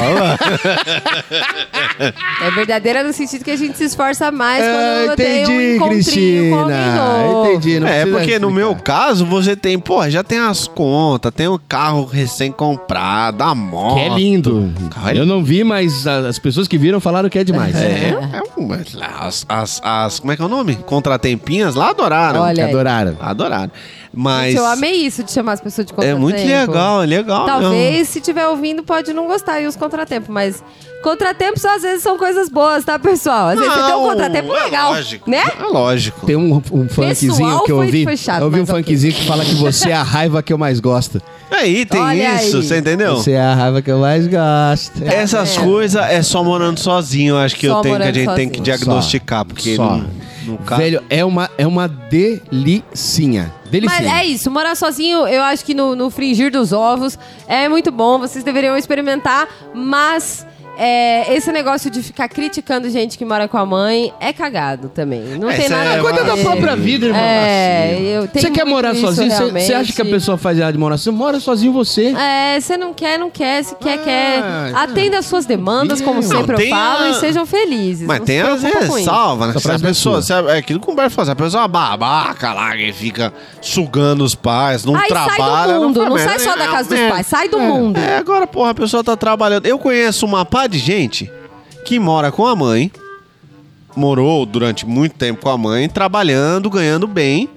É verdadeira no sentido que a gente se esforça mais
Ah,
quando tem um
entendi,
encontrinho com alguém novo.
Cristina. Entendi, não
é,
precisa
porque no
explicar.
meu caso você tem, pô, já tem as contas, tem o carro recém-comprado, a moto.
Que é lindo.
Caralho.
Eu não vi, mas a- as pessoas que viram falaram que é demais.
É, é um- as, as, as- Como é que é o nome? Contratempinhas lá adoraram.
Olha
Que
aí.
adoraram.
Adoraram. Mas.
Gente, eu amei isso de chamar as pessoas de
é
contratempo.
muito legal, é legal.
Talvez, se tiver ouvindo, pode não gostar e os contratempos, mas contratempos às vezes são coisas boas, tá, pessoal? Às
não.
vezes você tem um
Não,
contratempo
é
legal,
lógico,
né?
É lógico.
Tem um, um funkzinho que eu
foi-
ouvi.
foi chato,
eu ouvi um
mas ok.
funkzinho que fala que você é a raiva que eu mais gosto.
Aí tem
Olha
É isso,
aí.
você entendeu?
Você tá é a raiva que eu mais gosto.
Essas
vendo?
coisas é só morando sozinho, eu acho que
Só
eu tenho que a
morando
gente tem que
sozinho.
diagnosticar, porque
Só.
no, no caso.
Velho, é uma, é uma delicinha. Delicinha.
Mas é isso, morar sozinho, eu acho que no, no fringir dos ovos é muito bom, vocês deveriam experimentar, mas é, esse negócio de ficar criticando gente que mora com a mãe é cagado também. Não
É,
tem
isso
nada
é
a
coisa
ver.
da própria vida,
irmão.
É,
Assim.
eu tenho
Você quer
muito
morar
isso
sozinho? Você- Você acha
realmente.
que a pessoa faz errado de morar sozinho? Mora sozinho você.
É, você não quer, não quer, se quer, quer.
é.
Atenda as suas demandas, como
Ah, então. Não,
sempre eu
tem
falo,
a-
e sejam felizes.
Mas
não
tem
se
as
preocupa com isso.
ressalvas, né?
Só
Se a
frase da
pessoa,
sua.
se a- é aquilo que o Humberto fala, se a pessoa é uma babaca lá que fica sugando os pais, não
Aí sai
trabalha.
do mundo, não,
faz
sai
merda
só da
nenhuma,
casa dos
né?
pais, sai do mundo.
É, agora, porra, a pessoa tá trabalhando. Eu conheço uma pá de gente que mora com a mãe, morou durante muito tempo com a mãe, trabalhando, ganhando bem,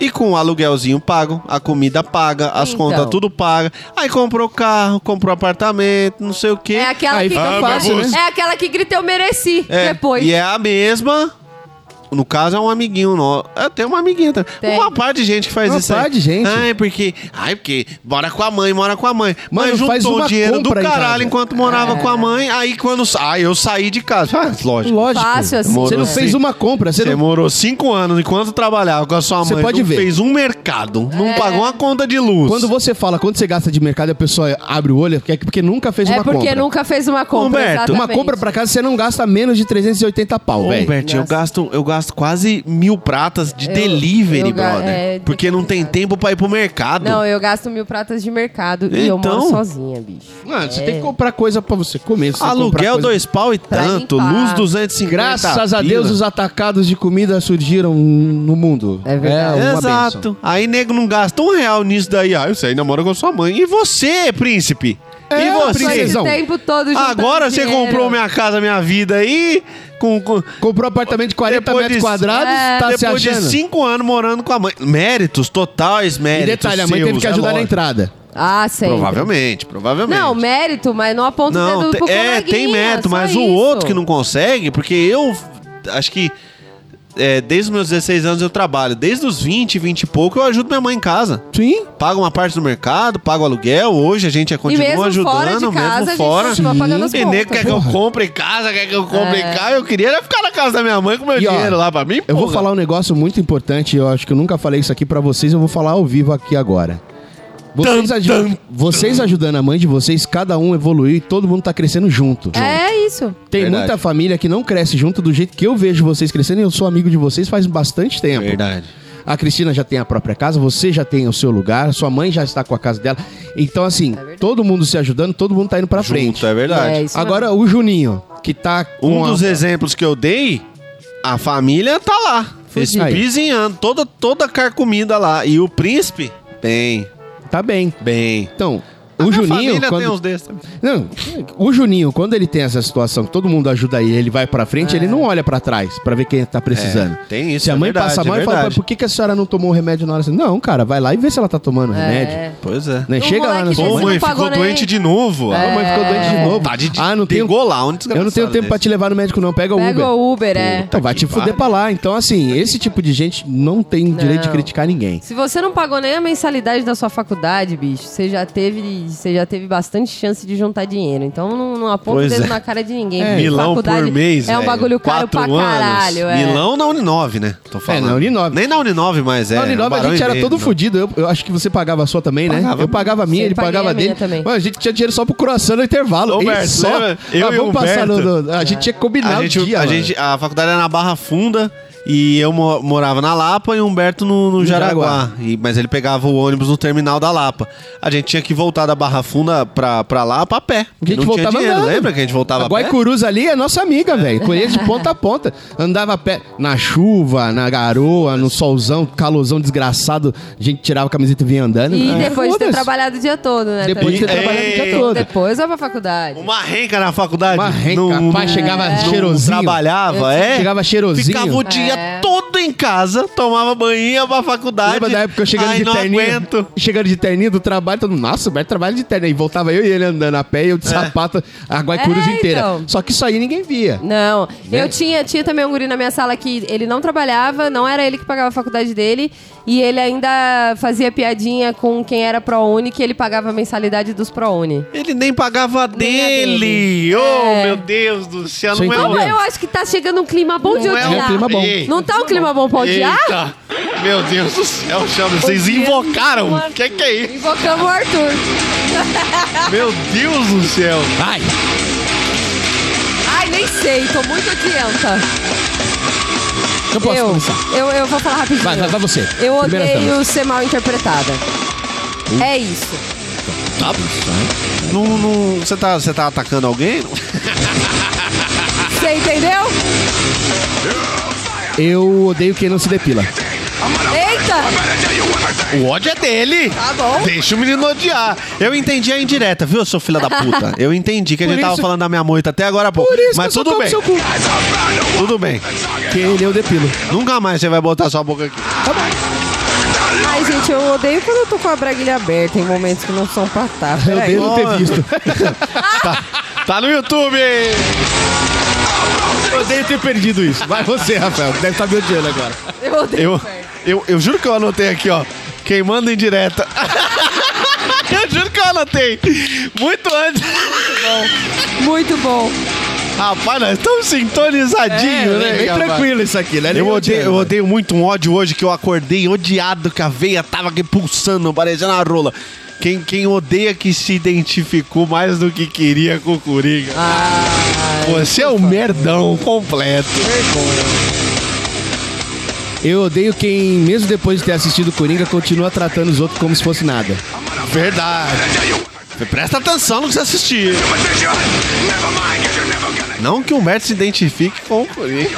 e com o aluguelzinho pago, a comida paga, as
Então.
contas tudo paga. Aí comprou carro, comprou apartamento, não sei o quê.
É aquela
Aí
que
fica
Ah,
fácil,
mas
né?
É aquela que grita eu mereci
É,
depois.
E é a mesma. No caso, é um amiguinho nosso. É, tem uma amiguinha também.
Tem.
Uma parte de gente que faz
Uma
isso.
par
aí.
de gente.
Ai, porque. Ai, porque. Bora com a mãe, mora com a mãe.
Mano,
Mas
faz
juntou
uma
o dinheiro do
compra em
caralho
casa.
enquanto morava com a mãe. Aí quando. sa- Ai, eu saí de casa. Ah, lógico.
Lógico.
Fácil assim.
Você não
Demorou.
fez uma compra.
Você
Você
é
não...
demorou cinco anos enquanto trabalhava com a sua
Você
mãe.
pode
não
ver.
fez um mercado.
É.
Não pagou uma conta de luz.
Quando você fala, quando você gasta de mercado, a pessoa abre o olho, porque, é porque nunca fez
É
uma
porque
compra.
nunca fez uma compra.
Humberto,
Uma
exatamente.
compra pra casa, você não gasta menos de 380 pau,
Ô,
velho.
Bertinho, eu
Nossa.
gasto, eu gasto quase mil pratas de
Eu-
delivery,
eu ga-
brother.
é,
porque não tem tempo pra ir pro mercado.
Não, eu gasto mil pratas de mercado e eu moro
Então?
sozinha, bicho.
Mano, você tem que comprar coisa pra você comer. você tem que comprar
Aluguel
coisa-
dois pau e
Pra
tanto,
limpar.
luz 250.
Graças a Deus,
pila.
os atacados de comida surgiram no mundo.
É verdade.
uma
Exato.
benção.
Aí nego não gasta um real nisso daí. Ah, você ainda mora com a sua mãe. E você, príncipe?
É,
e você?
Mas esse
princesão.
tempo todo juntando
Agora você
dinheiro.
comprou minha casa, minha vida aí. Com, com-
Comprou apartamento de 40
Depois
metros
de-
quadrados,
É.
tá se
depois de
achando.
cinco anos morando com a mãe. Méritos, totais
e
méritos.
detalhe, a mãe teve
seus,
que
é
ajudar na
lógico.
entrada.
Ah, sei.
Provavelmente, provavelmente.
Não, mérito, mas não aponta o
Não,
dedo
te-
pro
é,
coleguinha,
tem mérito,
só
mas o
isso.
outro que não consegue, porque eu f- acho que é, desde os meus 16 anos eu trabalho, desde os 20, 20 e pouco eu ajudo minha mãe em casa.
Sim.
Pago uma parte do mercado, pago aluguel, hoje a gente é- continua
mesmo
ajudando,
fora de casa, a
mesmo
gente
fora.
continua pagando as
E nego
contas. É.
quer que eu compre casa, quer que eu compre casa, eu queria era ficar na casa da minha mãe com meu
E, ó,
dinheiro lá pra mim,
Eu vou
porra.
falar um negócio muito importante, eu acho que eu nunca falei isso aqui pra vocês, eu vou falar ao vivo aqui agora. Vocês, aju- vocês ajudando a mãe de vocês, cada um evoluiu e todo mundo tá crescendo junto.
É isso.
Tem
Verdade.
muita família que não cresce junto do jeito que eu vejo vocês crescendo e eu sou amigo de vocês faz bastante tempo.
Verdade.
A Cristina já tem a própria casa, você já tem o seu lugar, sua mãe já está com a casa dela. Então, assim, todo mundo se ajudando, todo mundo tá indo pra frente.
Junto, é verdade.
É isso
Agora, o Juninho, que tá
Um
com a-
dos exemplos que eu dei, a família tá lá. Eles
Aí.
pisinhando, toda, toda carcomida lá. E o príncipe, bem,
Tá bem.
bem.
Então, o Juninho.
família tem
Quando...
uns desses também.
Não, o Juninho, quando ele tem essa situação, que todo mundo ajuda ele, ele vai pra frente, ele não olha pra trás pra ver quem tá precisando.
É, tem isso,
Se a
é
mãe
verdade,
passa mal
é
e fala, "Pai,
verdade.
por que, que a senhora não tomou o remédio na hora? Assim, não, cara, vai lá e vê se ela tá tomando remédio.
Pois é.
Né?
O
Chega lá
moleque
na
desse
sua
Ô,
Você não
mãe,
pagou
ficou
nem-
doente de novo.
Ah, mãe ficou doente de novo.
Tá de- de-
né?" ah, não tenho,
pegou lá, um
eu não tenho
desgraçado
tempo pra
desse.
te levar no médico, não. Pega o Uber.
Pega o Uber, é.
Então vai
que
te fuder
pariu.
pra lá. Então, assim, esse tipo de gente não tem direito de
Não.
criticar ninguém.
Se você não pagou nem a mensalidade da sua faculdade, bicho, você já teve, você já teve bastante chance de juntar dinheiro. Então não, não aponta
Pois
o dedo
é.
na cara de ninguém.
É,
bicho.
Milão por
Faculdade
mês,
É um
velho.
bagulho caro
Quatro
pra
anos.
caralho. É.
Milão na Uninove, né? Tô falando.
É, na Uninove.
Nem na Uninove mais, é.
Na Uninova a
Barão
gente
e
era
Meio,
todo
não.
fudido. Eu, eu acho que você pagava a sua também, né?
Pagava.
eu pagava a minha,
Sim,
ele
paguei
pagava
a
a
minha
dele.
também.
Mano, a gente tinha dinheiro só pro croissant no intervalo.
Humberto,
e só. Ah,
lembra? Eu e o
vamos passar
Humberto.
no, no- A gente tinha que combinar
A
o
gente,
dia,
a,
mano.
gente, a faculdade era na Barra Funda e eu mo- morava na Lapa e o Humberto no, no Jaraguá. E- mas ele pegava o ônibus no terminal da Lapa. A gente tinha que voltar da Barra Funda pra, pra Lapa a pé.
A gente
não tinha
voltava
dinheiro,
andando.
lembra que a gente voltava
A
a pé?
Guaicurus ali é nossa amiga, velho. Conheço de ponta a ponta. Andava a pé na chuva, na garoa, no solzão, calorzão desgraçado. A gente tirava a camiseta e vinha andando.
E
É.
depois de ter
Foda-se.
trabalhado o dia todo, né?
Depois de ter
Também.
trabalhado o dia
Ei.
todo.
Depois vai pra faculdade.
Uma renca na faculdade.
Uma renca,
Não-
pai,
não-
chegava
não
cheirosinho.
trabalhava, é.
Chegava cheirosinho.
Ficava o dia
É.
todo em casa, tomava banhinha pra faculdade.
Lembra da época eu chegando
Ai,
de
não
terninho?
aguento.
Chegando de terninho do trabalho, todo mundo, nossa, o Beto trabalha de terninho. Aí voltava eu e ele andando a pé e eu de sapato, a Guaicurus
É,
inteira.
então.
Só que isso aí ninguém via.
Não,
Né?
eu tinha, tinha também um guri na minha sala que ele não trabalhava, não era ele que pagava a faculdade dele, e ele ainda fazia piadinha com quem era ProUni, que ele pagava a mensalidade dos ProUni.
Ele nem pagava
Nem a
dele.
dele.
Oh,
É.
meu Deus do céu.
Você
Não é,
entendeu?
uma-
Como eu acho que tá chegando um clima bom de
Não é um
odiar.
clima bom.
Não tá um clima bom pra odiar?
Eita! Meu Deus do céu, Chama, vocês
Deus
invocaram!
do céu.
O que, que é isso?
Invocamos o Arthur.
Meu Deus do céu!
Ai,
Ai, nem sei, tô muito odienta.
não posso
eu,
começar.
eu, eu vou falar rapidinho.
Vai, vai, vai você.
Eu
Primeira Hum. dama.
odeio ser mal interpretada. É isso.
Não, não, você, tá, você tá atacando alguém?
Você entendeu?
Eu odeio quem não se depila.
Eita!
O ódio é dele!
Tá bom.
Deixa o menino odiar. Eu entendi a indireta, viu, seu filho da puta? Eu entendi que a
Por
gente tava
isso-
falando da minha moita até agora, pô.
Por isso
Mas
que eu só
tudo
tomo
bem,
seu cu.
tudo bem.
Quem eu depilo.
Nunca mais você vai botar sua boca aqui.
Tá
Ai, gente, eu odeio quando eu tô com a braguilha aberta em momentos que não são pra tá.
Eu
Peraí.
odeio não ter visto.
Tá no YouTube!
(laughs) eu odeio ter perdido isso. Vai você, Rafael. Deve estar me odiando agora.
Eu odeio.
Eu, eu, eu juro que eu anotei aqui, ó. Quem manda em direta. (laughs) eu juro que eu anotei. Muito antes.
Muito bom.
Rapaz, nós estamos
É,
sintonizadinhos, né?
bem
rapaz?
tranquilo isso aqui, né?
Eu
Nem
odeio,
odiando.
eu odeio muito um ódio hoje que eu acordei odiado, que a veia tava aqui pulsando, parecendo a rola. Quem, quem odeia que se identificou mais do que queria com o Coringa. Você é um merdão completo.
Eu odeio quem, mesmo depois de ter assistido Coringa, continua tratando os outros como se fosse nada.
É Verdade. Presta atenção no que você assistir. Não que o Humberto se identifique com o Coringa.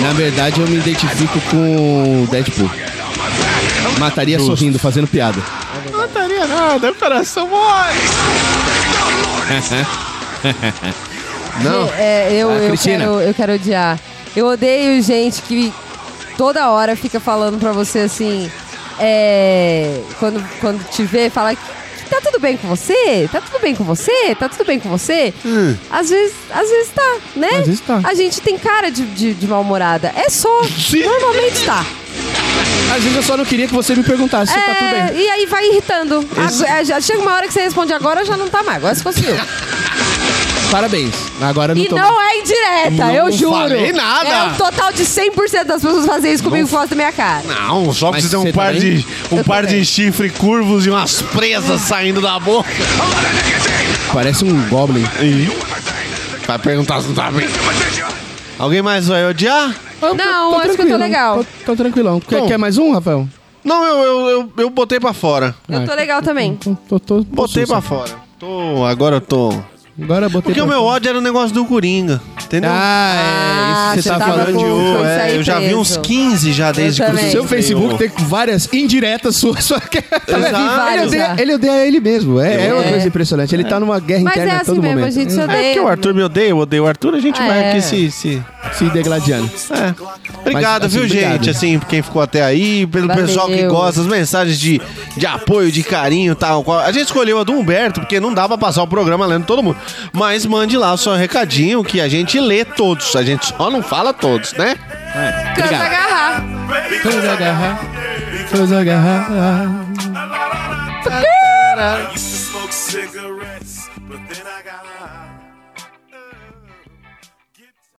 Na verdade, eu me identifico com o Deadpool. Mataria sorrindo, fazendo piada.
Não daria nada, o coração morre.
Não.
É, eu,
Ah,
eu,
Cristina.
quero, eu quero odiar. Eu odeio gente que toda hora fica falando pra você assim. é, quando, quando te vê, fala que tá tudo bem com você? Tá tudo bem com você? Tá tudo bem com você? Às vezes, às vezes tá, né?
É. Às vezes tá.
A gente tem cara de, de, de mal-humorada. É só.
Sim.
Normalmente tá.
Às vezes eu só não queria que você me perguntasse se tá tudo
É,
bem.
e aí vai irritando. Agora- já chega uma hora que você responde agora, já não tá mais. Agora você conseguiu.
Parabéns. Agora eu não
É. E
tô...
não é indireta,
Não
eu juro.
falei nada.
É um total de 100% das pessoas fazem isso comigo fora da minha cara.
Não, só
Mas
precisa um
você
par
também?
de um
Eu
par
também.
de chifre curvos e umas presas saindo da boca.
Parece um Goblin.
Vai perguntar se não tá bem. Alguém mais vai odiar?
Eu
Não, acho que eu tô
tranquilo,
legal.
Tô, tô tranquilão. Quer,
Bom.
quer mais um, Rafael?
Não, eu, eu, eu, eu botei pra fora.
Eu tô legal também.
Tô, tô, tô
Botei pra
sussa.
fora. Tô, agora eu tô
Agora botei.
Porque o
pra-
meu ódio era o negócio do Coringa, entendeu?
Ah,
Ah,
é. Isso que você tá
tava
falando
com-
de hoje.
foi
é,
sair
eu já vi
preso.
uns 15 já desde que
também.
eu
Seu Facebook tem várias indiretas suas. Só que... ele,
vários
odeia,
já.
ele odeia ele mesmo. É, é uma
É.
coisa impressionante. Ele tá numa guerra
Mas
interna
é
a todo
assim mesmo,
momento.
a gente se
É porque
odeia.
o Arthur me odeia, eu odeio o Arthur, a gente
Ah,
vai
é.
aqui se. se-
Se degladiando.
É. Obrigado,
Mas, assim,
viu,
obrigado.
gente? Assim, quem ficou até aí, pelo
Valeu.
pessoal que gosta, as mensagens de, de apoio, de carinho e tal. qual. A gente escolheu a do Humberto, porque não dá pra passar o programa lendo todo mundo. Mas mande lá o seu recadinho que a gente lê todos. A gente só não fala todos, né?
Canta agarrar.
Toda agarrar, toda agarrar.
used to smoke cigarettes, but then I got high. Uh,